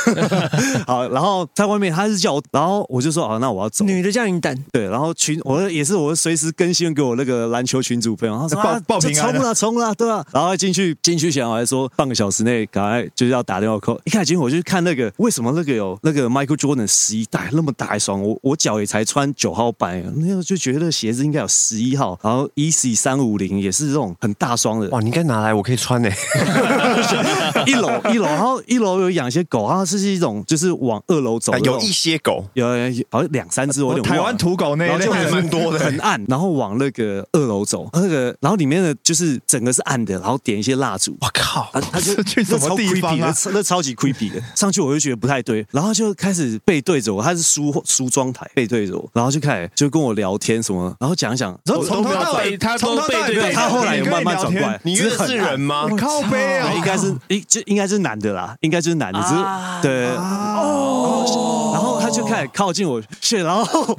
Speaker 3: 好，然后在外面他是叫我，然后我就说哦，那我要走。
Speaker 1: 女的叫你等，
Speaker 3: 对，然后群我也是我随时更新给我那个篮球群主朋友，他说
Speaker 5: 报
Speaker 3: 啊
Speaker 5: 报
Speaker 3: 就
Speaker 5: 平安
Speaker 3: 冲
Speaker 5: 啊
Speaker 3: 了冲了，对吧、然后进去进去前我还说半个小时内赶快就是要打电话 call。一开始我就看那个为什么那个有那个 Michael Jordan 十一代那么大一双，我我脚也才穿九号版，那时候就觉得鞋子应该有十一号，然后 EC 三五零也是这种很大双的，
Speaker 2: 哇，你应该拿来，我可以穿呢。欸
Speaker 3: 一楼一楼，然后一楼有养一些狗，然后这是一种就是往二楼
Speaker 5: 啊
Speaker 3: 走的那种，
Speaker 2: 有一些狗，
Speaker 3: 有有有好像两三只，我有点忘
Speaker 5: 台
Speaker 3: 了
Speaker 5: 湾土狗那一
Speaker 3: 然后
Speaker 5: 类
Speaker 3: 就
Speaker 2: 还蛮多的
Speaker 3: 很暗，然后往那个二楼走，那个然后里面的就是整个是暗的，然后点一些蜡烛，
Speaker 2: 我靠！
Speaker 3: 啊，他就
Speaker 5: 去什么
Speaker 3: 那超
Speaker 5: 地方啊
Speaker 3: creepy 的超那超级 creepy 的，上去我就觉得不太对，然后就开始背对着我，他是梳梳妆台背对着我，然后就开始就跟我聊天什么，然后讲一讲，然
Speaker 5: 然
Speaker 3: 后
Speaker 5: 后从头到尾，
Speaker 8: 他
Speaker 5: 从头
Speaker 8: 都
Speaker 5: 到
Speaker 8: 背
Speaker 5: 尾
Speaker 8: 对
Speaker 5: 背
Speaker 3: 他后来有慢慢转过来，
Speaker 2: 你
Speaker 3: 只
Speaker 2: 约
Speaker 3: 是
Speaker 2: 的
Speaker 3: 很
Speaker 2: 是
Speaker 3: 暗
Speaker 2: 人吗？
Speaker 5: 你可以聊天，靠
Speaker 2: 哦
Speaker 5: 背
Speaker 3: 对，
Speaker 2: 哎
Speaker 3: 应
Speaker 5: 啊，
Speaker 3: 该是应就应该是男的啦，应该就是男的，只是对哦，然后他就开始靠近我，是，然后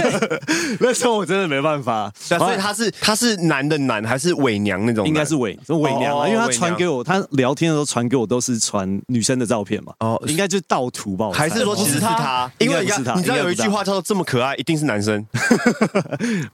Speaker 3: 那时候我真的没办法，
Speaker 2: 哦对啊，所以
Speaker 3: 然后
Speaker 2: 他是他是男的男还是伪娘那种男？
Speaker 3: 应该是伪伪娘
Speaker 2: 哦
Speaker 3: 啊，因为他
Speaker 2: 伪娘
Speaker 3: 传给我，他聊天的时候传给我都是传女生的照片嘛，
Speaker 2: 哦
Speaker 3: 哦，应该就是盗图吧，我
Speaker 2: 还
Speaker 3: 猜
Speaker 2: 是说其实是他？因
Speaker 3: 应该
Speaker 2: 为
Speaker 3: 不
Speaker 2: 你
Speaker 3: 是他，
Speaker 2: 看，你知道
Speaker 3: 应该
Speaker 2: 有
Speaker 3: 不
Speaker 2: 一
Speaker 3: 是
Speaker 2: 句
Speaker 3: 他
Speaker 2: 话叫做“这么可爱，一定是男 生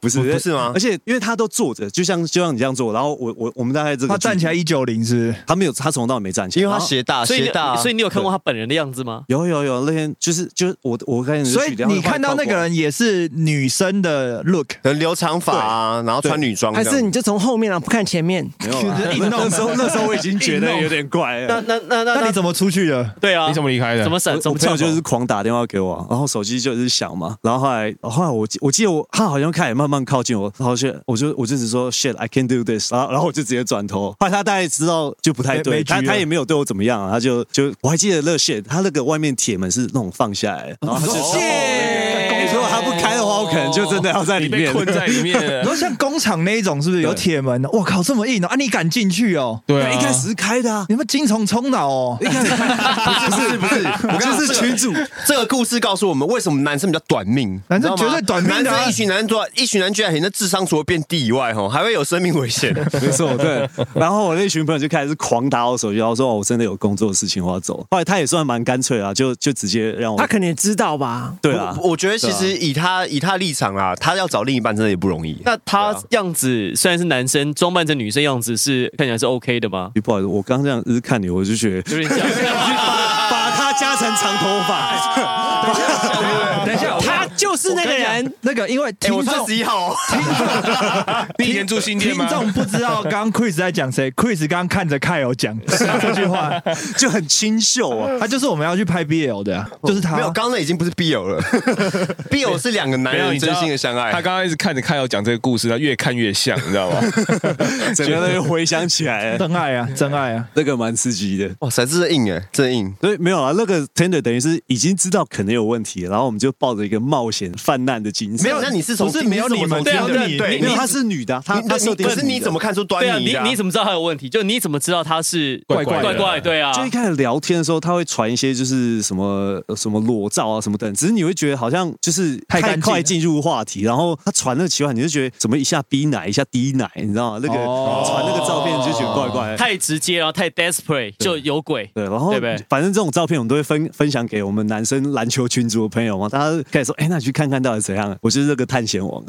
Speaker 3: 不是
Speaker 2: 不不是吗
Speaker 3: 而且因为他都坐着，就像就像你这样坐，然后我我我们大概这个
Speaker 5: 他站起来
Speaker 3: 距
Speaker 5: 一九零是
Speaker 3: 离，他没有，他从头到尾没站”，起来，
Speaker 2: 因为他
Speaker 3: 然后
Speaker 2: 鞋大，
Speaker 4: 所以
Speaker 2: 鞋
Speaker 4: 你
Speaker 2: 大啊，
Speaker 4: 所以你有看过他本人的样子吗？
Speaker 3: 有有有那天就是就是我我开
Speaker 5: 不
Speaker 3: 始嗯
Speaker 5: 是，
Speaker 3: 就
Speaker 5: 所
Speaker 3: 去
Speaker 5: 以
Speaker 3: 聊
Speaker 5: 你看到那个。人也是女生的 look，
Speaker 2: 可能留长发啊，然后穿女装这
Speaker 1: 还
Speaker 2: 样，
Speaker 1: 是你就从后面啊不看前面？
Speaker 3: 没有啦，那时候那时候我已经觉得有点怪了。
Speaker 4: 那那那
Speaker 5: 那你怎么出去的？
Speaker 4: 对啊？
Speaker 8: 你怎么离开的？
Speaker 4: 怎么
Speaker 3: 我
Speaker 4: 闪？怎
Speaker 3: 我
Speaker 4: 么
Speaker 3: 朋友
Speaker 4: 跳
Speaker 3: 就
Speaker 4: 楼
Speaker 3: 是狂打电话给我啊、然后手机就是响嘛，然后后来后来我记我记得我他好像开始慢慢靠近我，然后就我就我就只说 shit I can't do this，然后然后我就直接转头，后来他大概知道就不太
Speaker 5: 没
Speaker 3: 对，
Speaker 5: 没局
Speaker 3: 他
Speaker 5: 了
Speaker 3: 他也没有对我怎么样、啊，他就就我还记得那 shit，他那个外面铁门是那种放下来的，然后他就
Speaker 1: 哦
Speaker 3: 哎如果他不开的话，我可能就真的要在里
Speaker 8: 你被
Speaker 3: 面。
Speaker 8: 困在里 面
Speaker 5: 然
Speaker 8: 了？
Speaker 5: 后像工厂那一种是不是有铁门？我靠，这么硬哦啊！你敢进去哦？
Speaker 8: 对啊，
Speaker 3: 一开始是开的啊，
Speaker 5: 你们精虫充脑哦！
Speaker 2: 不是不是，我刚
Speaker 3: 就是群主。
Speaker 2: 这个故事告诉我们，为什么男生比较短命？
Speaker 5: 男生
Speaker 2: 你知道吗
Speaker 5: 绝对短命的啊
Speaker 2: 男生一群男生多，一群男居然那智商除了变低以外，哈，还会有生命危险。
Speaker 3: 没错，对。然后我那群朋友就开始狂打我手机，然后说、哦、我真的有工作的事情，我要走。后来他也算蛮干脆啊，就就直接让我
Speaker 1: 他。可能也知道吧？
Speaker 3: 对啊，
Speaker 2: 我我觉得其实以他以他立场啊，他要找另一半真的也不容易。
Speaker 4: 那他样子虽然是男生，装扮成女生样子是看起来是 OK 的吗？
Speaker 3: 不好意思，我刚刚这样子看你，我就觉得
Speaker 4: 有点像，
Speaker 3: 把他加成长头 发，
Speaker 5: 等一下，
Speaker 1: 他就是那个人，
Speaker 5: 那个，因为
Speaker 2: 哎，我
Speaker 5: 听
Speaker 2: 穿
Speaker 5: 众
Speaker 2: 十一号哦，
Speaker 8: 你以前住新店
Speaker 5: 听
Speaker 8: 吗？
Speaker 5: 众不知道刚刚 Chris 在讲谁，Chris 刚刚看着凯友讲这句话，
Speaker 3: 就很清秀 啊。
Speaker 5: 他就是我们要去拍 BL 的啊，就是他。
Speaker 2: 没有，刚刚那已经不是 BL 了，BL 是两个男
Speaker 8: 没有
Speaker 2: 人
Speaker 8: 你知道
Speaker 2: 真心的相爱。
Speaker 8: 他刚刚一直看着看要讲这个故事，他越看越像，你知道吗？
Speaker 3: 整个人回想起来，
Speaker 5: 真爱啊，真爱啊！
Speaker 3: 那个蛮刺激的。
Speaker 2: 哇塞，这是硬哎，真硬。
Speaker 3: 所以没有啊，那个 Tender 等于是已经知道可能有问题，然后我们就抱着一个冒险犯难的精神。
Speaker 2: 没有，那你是从
Speaker 5: 不是没有你们
Speaker 2: 对啊
Speaker 5: 只有
Speaker 2: 对
Speaker 5: 你
Speaker 2: 对
Speaker 3: 没有，
Speaker 2: 你
Speaker 3: 她是女的啊，她
Speaker 2: 你
Speaker 3: 她设定
Speaker 2: 可是
Speaker 3: 女
Speaker 2: 你
Speaker 3: 的
Speaker 2: 怎么看出端
Speaker 4: 对啊，
Speaker 2: 倪
Speaker 4: 你
Speaker 2: 的啊？
Speaker 4: 你怎么知道他有问题？就你怎么知道他是
Speaker 8: 怪怪的
Speaker 4: 怪怪？对啊，
Speaker 3: 就一开始聊天的时候，他会传一些就是什么呃什么裸照啊什么等，只是你会觉得好像就是
Speaker 5: 太干
Speaker 3: 太
Speaker 5: 净
Speaker 3: 快进入话题，然后他传那个奇怪，你就觉得怎么一下逼奶一下滴奶，你知道吗？那个
Speaker 5: 哦
Speaker 3: 传那个照片就觉得怪怪的。
Speaker 4: 太直接，然后太 desperate 就有鬼。
Speaker 3: 对，然后
Speaker 4: 对不对
Speaker 3: 反正这种照片我们都会分分享给我们男生篮球群组的朋友嘛，大家开始说，哎，那你去看看到底怎样。我就是这个探险王。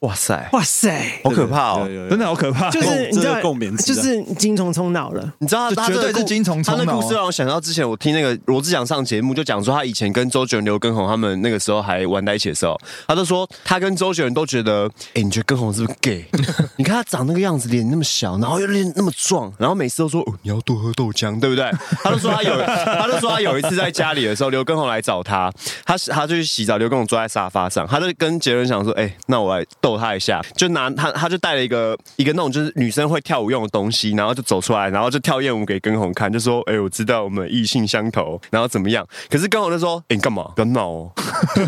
Speaker 2: 哇塞，
Speaker 1: 哇塞，
Speaker 2: 好可怕哦
Speaker 3: 对
Speaker 5: 真的好可怕。
Speaker 1: 就是你知道
Speaker 3: 这个共鸣，值
Speaker 1: 就
Speaker 3: 啊
Speaker 1: 是精虫充脑了。
Speaker 2: 你知道
Speaker 5: 这
Speaker 2: 他他
Speaker 5: 绝对
Speaker 2: 这个
Speaker 5: 是
Speaker 2: 故
Speaker 5: 精虫充
Speaker 2: 他
Speaker 5: 脑
Speaker 2: 的
Speaker 5: 啊
Speaker 2: 故事让我想到之前我听那个罗志祥上节目，就讲说他以前跟周杰伦、刘畊宏他们那个时候还玩在一起的时候，他就说他跟周杰伦都觉得，哎、你觉得畊宏是不是 gay？你看他长那个样子，脸那么小，然后又练那么壮，然后每次都说、哦你要多喝豆浆，对不对？他就说他有，他就说他有一次在家里的时候，刘畊宏来找他，他他就去洗澡，刘畊宏坐在沙发上，他就跟杰伦想说，哎、那我来逗他一下，就拿他他就带了一个一个那种就是女生会跳舞用的东西，然后就走出来，然后就跳艳舞给根红看，就说，哎、我知道我们异性相投，然后怎么样？可是根红就说，哎、你干嘛？不要闹哦，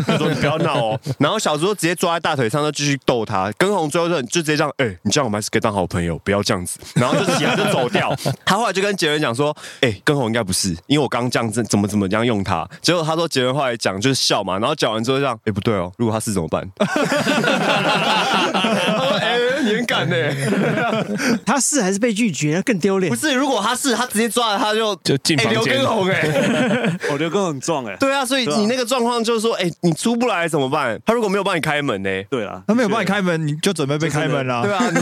Speaker 2: 他说你不要闹哦。然后小猪就直接抓在大腿上，就继续逗他。根红最后就就直接这样，哎、你这样我们还是可以当好朋友，不要这样子。然后就起来就走掉。他后来就跟杰伦讲说，哎、根红应该不是，因为我刚刚这样子怎么怎么样用他。结果他说杰伦后来讲就是笑嘛，然后讲完之后这样，哎、不对哦，如果他是怎么办？ 他说，哎、你很敢呢、
Speaker 1: 他是还是被拒绝，更丢脸
Speaker 2: 不。是，如果他是，他直接抓了他就
Speaker 8: 就进
Speaker 2: 哎
Speaker 8: 房
Speaker 2: 刘
Speaker 8: 间
Speaker 2: 根红哎、
Speaker 3: 我刘畊宏很壮哎。
Speaker 2: 对啊，所以
Speaker 3: 对啊
Speaker 2: 你那个状况就是说，哎、你出不来怎么办？他如果没有帮你开门呢、
Speaker 3: 对啊，
Speaker 5: 他没有帮你开门，你就准备被开门
Speaker 2: 对
Speaker 5: 啦。
Speaker 2: 啊，你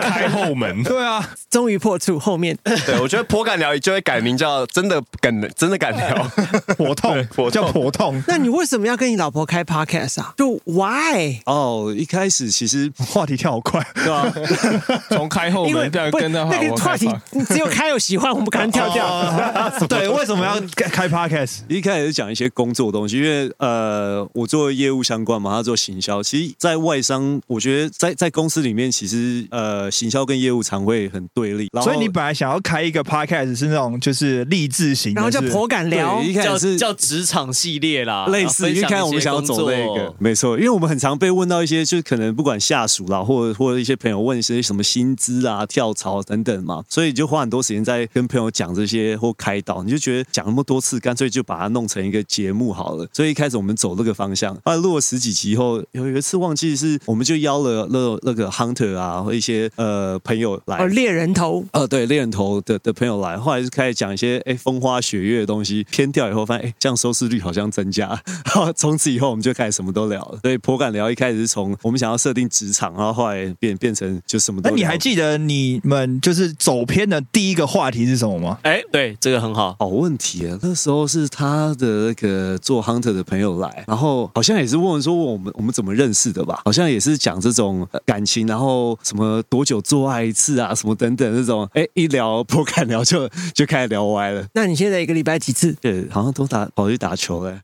Speaker 8: 开后门，
Speaker 5: 对啊，
Speaker 1: 终于破处，后面
Speaker 2: 对我觉得颇敢聊就会改名叫真的敢真的敢聊，
Speaker 5: 婆痛，
Speaker 2: 婆痛
Speaker 5: 叫婆痛。
Speaker 1: 那你为什么要跟你老婆开 podcast 啊？就 why？
Speaker 3: 哦，一开始其实
Speaker 5: 话题跳好快，
Speaker 3: 对啊吧、
Speaker 8: 从开
Speaker 2: 哦
Speaker 8: 后
Speaker 1: 因为
Speaker 8: 门
Speaker 3: 啊
Speaker 8: 再
Speaker 1: 不是
Speaker 8: 跟到
Speaker 1: 那个话题，只有开有喜欢，我们赶快跳掉。
Speaker 5: 哦 对，为什么要开开 podcast？
Speaker 3: 一开始是讲一些工作的东西，因为呃，我做业务相关嘛，他做行销。其实，在外商，我觉得在在公司里面，其实呃，行销跟业务常会很对立。然后
Speaker 5: 所以你本来想要开一个 podcast 是那种就是励志型的，
Speaker 1: 然后叫
Speaker 5: 是
Speaker 1: 婆敢聊
Speaker 3: 对，一开
Speaker 4: 叫
Speaker 3: 始是
Speaker 4: 叫职场系列啦，
Speaker 3: 类
Speaker 4: 啊
Speaker 3: 似，
Speaker 4: 分
Speaker 3: 因为
Speaker 4: 享
Speaker 3: 看
Speaker 4: 一
Speaker 3: 我们
Speaker 4: 些
Speaker 3: 想要
Speaker 4: 工
Speaker 3: 走那
Speaker 4: 作
Speaker 3: 个，没错，因为我们很常被问到一些，就是可能不管下属啦，或者或者一些朋友问一些什么薪资啊、跳槽等等嘛，所以你就花很多时间在跟朋友讲这些或开导，你就觉得讲那么多次，干脆就把它弄成一个节目好了。所以一开始我们走这个方向，后来录了十几集以后，有一次忘记是我们就邀了那那个 hunter 啊，或一些呃朋友来
Speaker 1: 哦，猎人头，
Speaker 3: 呃，对，猎人头的的朋友来，后来就开始讲一些哎风花雪月的东西，偏掉以后发现哎这样收视率好像增加， 然后从此以后我们就开始什么都聊了。所以颇感聊一开始是从我们想要设定职场，然后后来变变成就什么都聊。
Speaker 5: 那你还记得你们就是走偏的第一个话题是什么吗？
Speaker 4: 哎，对，这个很好。
Speaker 3: 好问题啊！那时候是他的那个做 hunter 的朋友来，然后好像也是问说我们我们怎么认识的吧？好像也是讲这种呃感情，然后什么多久做爱一次啊，什么等等这种。哎，一聊颇感聊就就开始聊歪了。
Speaker 1: 那你现在一个礼拜几次？
Speaker 3: 对，好像都打跑去打球欸 嘞、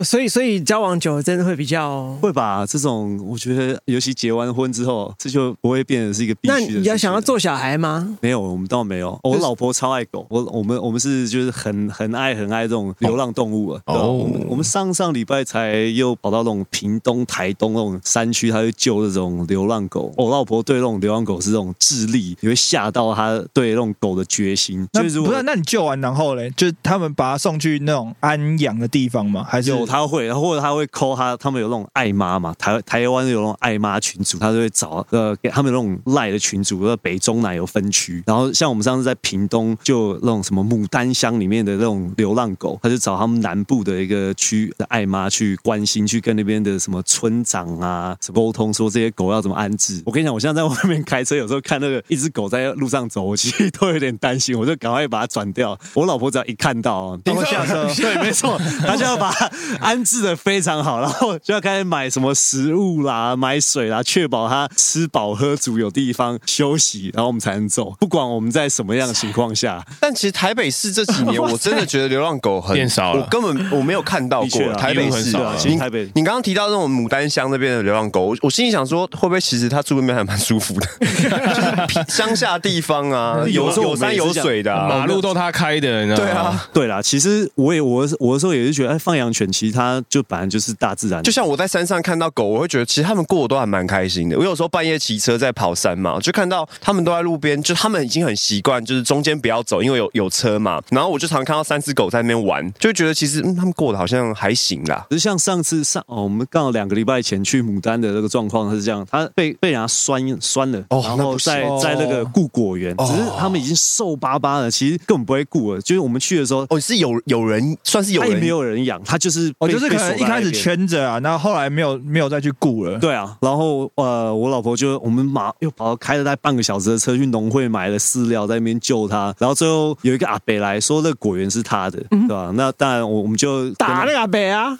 Speaker 1: 所以，所以交往久了真的会比较。
Speaker 3: 会吧？这种我觉得，尤其结完婚之后，这就不会变成是一个必须
Speaker 1: 那
Speaker 3: 的事情
Speaker 1: 你要想要做小孩吗？
Speaker 3: 没有，我们倒没有。我老婆超爱狗，我我们我们是就是很很爱很爱这种流浪动物啊。哦，我们我们上上礼拜才又跑到那种屏东、台东那种山区，她去救那种流浪狗。我老婆对那种流浪狗是这种智力，你会吓到她对那种狗的决心。
Speaker 5: 那
Speaker 3: 所以如
Speaker 5: 不
Speaker 3: 果
Speaker 5: 是，啊那你救完然后嘞，就是他们把他送去那种安养的地方吗？还是
Speaker 3: 有他会，然后或者他会抠他，他们有那种爱妈嘛，台台湾有那种爱妈群组，他就会找呃，给他们有那种赖的群组，呃，北中南有分区。然后像我们上次在屏东，就有那种什么牡丹乡里面的那种流浪狗，他就找他们南部的一个区的爱妈去关心，去跟那边的什么村长啊什么沟通，说这些狗要怎么安置。我跟你讲，我现在在外面开车，有时候看那个一只狗在路上走，我其实都有点担心，我就赶快把它转掉。我老婆只要一看到啊，
Speaker 5: 然后 下 车
Speaker 3: 对，没错，他就要把它安置的非常好，然后 就要开始买什么食物啦、买水啦，确保它吃饱喝足，有地方休息，然后我们才能走。不管我们在什么样的情 况下，
Speaker 2: 但其实台北市这几 年，我真的觉得流浪狗很
Speaker 8: 变少了
Speaker 2: 我根本我没有看到
Speaker 3: 的确
Speaker 2: 过
Speaker 3: 啊
Speaker 2: 台北
Speaker 8: 一路很
Speaker 2: 市
Speaker 8: 少啊。
Speaker 3: 其
Speaker 2: 你
Speaker 3: 实台北
Speaker 2: 你刚刚提到那种牡丹乡那边的流浪狗，我我心里想说，会不会其实它住那边还蛮舒服的， 就是乡下地方啊，有
Speaker 3: 有时候
Speaker 2: 有
Speaker 3: 我们
Speaker 2: 山
Speaker 3: 也是
Speaker 2: 有
Speaker 3: 这样嗯
Speaker 2: 水的啊、
Speaker 8: 马路都他开的，你知道吗？
Speaker 2: 对啊，
Speaker 3: 对啦，其实我也我我的时候也是觉得，哎，放养犬其实它就本来就是大自然的
Speaker 2: 就像我在山上看到狗，我会觉得其实他们过我都还蛮开心的。我有时候半夜骑车在跑山嘛，我就看到他们都在路边，就他们已经很习惯，就是中间不要走，因为有有车嘛。然后我就常看到三只狗在那边玩，就会觉得其实、嗯、他们过得好像还行啦。
Speaker 3: 只是像上次上哦，我们刚好两个礼拜前去牡丹的那个状况是这样，他被被人家酸酸了，
Speaker 2: 哦
Speaker 3: 然
Speaker 2: 那
Speaker 3: 后
Speaker 2: 不是
Speaker 3: 在
Speaker 2: 哦
Speaker 3: 在那个顾果园，
Speaker 2: 哦
Speaker 3: 只是他们已经瘦巴巴了，其实根本不会顾了。就是我们去的时候，
Speaker 2: 哦，是有有人算是有
Speaker 3: 他也
Speaker 2: 人
Speaker 3: 没有人养，他就是
Speaker 5: 我
Speaker 3: 被
Speaker 5: 哦就是可能一开
Speaker 3: 被锁
Speaker 5: 始。
Speaker 3: 在那边
Speaker 5: 圈着啊，然后后来没有没有再去顾了。
Speaker 3: 对啊，然后呃，我老婆就我们马又跑开了大概半个小时的车去农会买了饲料，在那边救它。然后最后有一个阿北来说，那果园是他的，对吧、那当然我我们就
Speaker 1: 打那个北啊，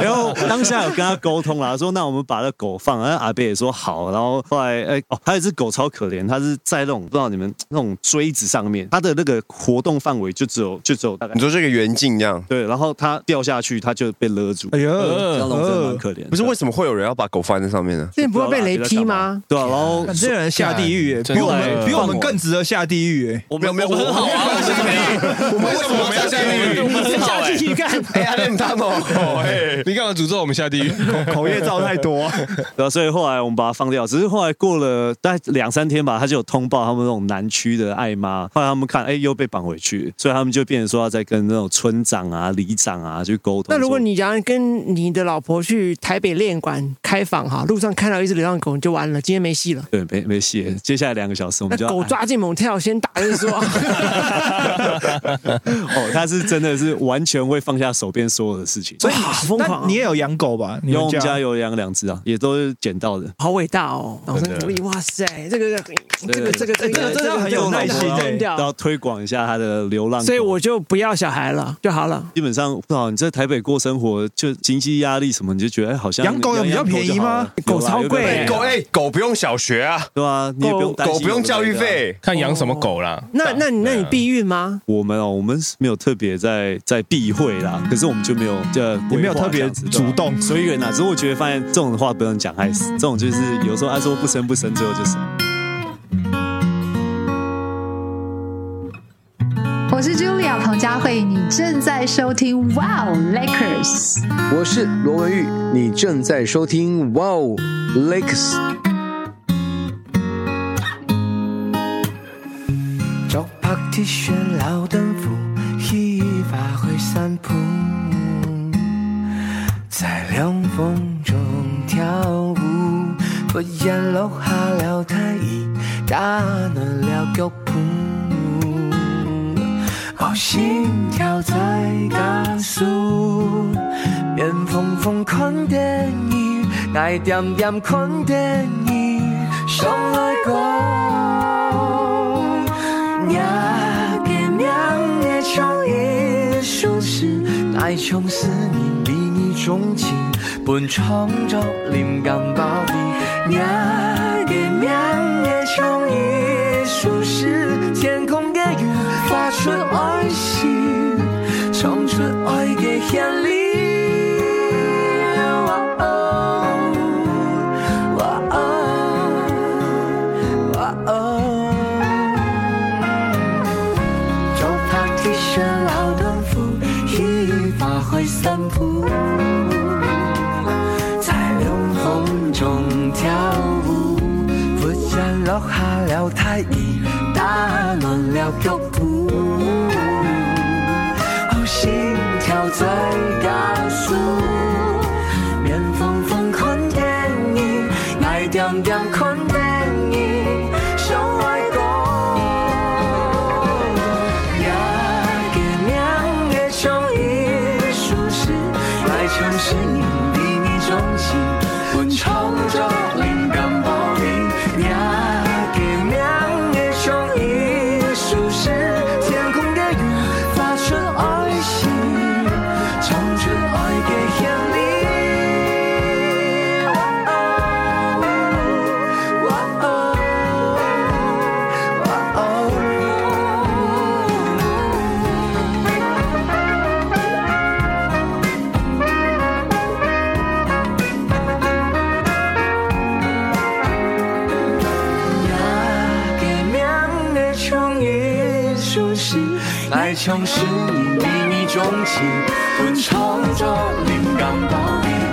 Speaker 3: 然后当下有跟他沟通啦，说那我们把那狗放，然后阿贝也说好，然后后来哎、哦，还有一只狗超可怜，它是在那种不知道你们那种锥子上面，它的那个活动范围就只有就只有大概
Speaker 2: 你说这个圆镜这样，
Speaker 3: 对，然后它掉下去，它就被勒住，
Speaker 5: 哎呦，
Speaker 3: 那种真的蛮
Speaker 5: 呃
Speaker 3: 可怜的，
Speaker 2: 不是为什么会有人要把狗放在上面呢？
Speaker 1: 这不会被雷劈吗？
Speaker 3: 对啊，然后
Speaker 5: 看这些人下地狱耶，
Speaker 8: 真
Speaker 5: 比
Speaker 8: 的
Speaker 5: 我们比我们更值得下地狱耶。
Speaker 4: 我们我们很好啊，我们下面
Speaker 2: 我们为什么我们要下 地
Speaker 4: 我
Speaker 2: 狱？
Speaker 4: 们很好 哎、
Speaker 1: 去干，
Speaker 2: 哎呀，那么大 吗？
Speaker 3: 哦
Speaker 8: 你干嘛诅咒我们下地狱？
Speaker 5: 口业造太多，
Speaker 3: 对啊，所以后来我们把它放掉，只是后来过了大概两三天吧，他就有通报他们那种南区的爱妈，后来他们看，哎，又被绑回去，所以他们就变成说要再跟那种村长啊、里长啊去沟通。
Speaker 1: 那如果
Speaker 3: 说
Speaker 1: 你想要跟你的老婆去台北练馆开房哈，路上看到一只流浪狗你就完了，今天没戏了。
Speaker 3: 对没没戏，接下来两个小时我
Speaker 1: 那
Speaker 3: 们就要哎
Speaker 1: 狗抓进 motel 先打一说，
Speaker 3: 哦，他是真的是完全会放下手边所有的事情。
Speaker 1: 所以疯狂
Speaker 5: 那
Speaker 1: 啊，
Speaker 5: 你也有养狗吧？你
Speaker 3: 因为我
Speaker 5: 们
Speaker 3: 们
Speaker 5: 家
Speaker 3: 家有养两只啊，也都是捡到的。
Speaker 1: 好伟大哦！掌声鼓励，哇塞，这个这个这个这个
Speaker 5: 这个真的很有耐心
Speaker 1: 干
Speaker 5: 欸
Speaker 3: 都要
Speaker 1: 掉，
Speaker 3: 推广一下他的流浪狗。啊
Speaker 1: 所以我就不要小孩了就好了。
Speaker 3: 基本上不好，你在台北过生活，就经济压力什么，你就觉得哎，好像
Speaker 5: 养狗有比较便宜吗
Speaker 1: 狗超贵
Speaker 3: 哎，
Speaker 1: 哎
Speaker 2: 狗哎，狗不用小学啊，
Speaker 3: 对啊，你也不用担心
Speaker 2: 狗不用教育。
Speaker 3: 啊
Speaker 2: 费。
Speaker 8: 看养什么狗啦？
Speaker 1: 那那你那你避孕吗？
Speaker 3: 我们哦，我们是没有特别在在避讳啦，可是我们就没有这
Speaker 5: 也没有特别
Speaker 3: 啊
Speaker 5: 主动
Speaker 3: 随缘啦。只是我觉得发现这种话不用讲害死，这种就是有时候爱啊说不生不生，最后就是。
Speaker 11: 我是 Julia 彭佳慧，你正在收听 Wow Lakers。
Speaker 12: 我是罗文玉，你正在收听 Wow Lakes。
Speaker 13: 作拍鐵上扭燈符，牽化去山坡，在涼風中跳舞。突然落下了胎兒，打暖了腳步。哦，心跳在加速，面瘋瘋看電影，愛點點看電影，上來講。也給娘的創意舒適，愛從思念比你鍾情，伴創作靈感爆裂。也給娘的創意舒適，天空的雲發出愛心，唱出愛嘅旋律。哇哦，哇哦，哇哦。就拍貼上老豆腐，牽花去新浦，在涼風中跳舞，忽然落下了胎兒，打亂了腳步，哦，心跳在加速，面瘋瘋看電影，愛點點看電影，想愛講。也給娘也種一舒適，愛從十年比你鍾情，換創作靈感寶貝。也給娘也種一舒適，天空的雲發出愛心，唱出愛嘅旋律。哇哦，哇哦，哇哦。那给娘的宠也舒适，爱情是你秘密中情，本创作灵感宝典。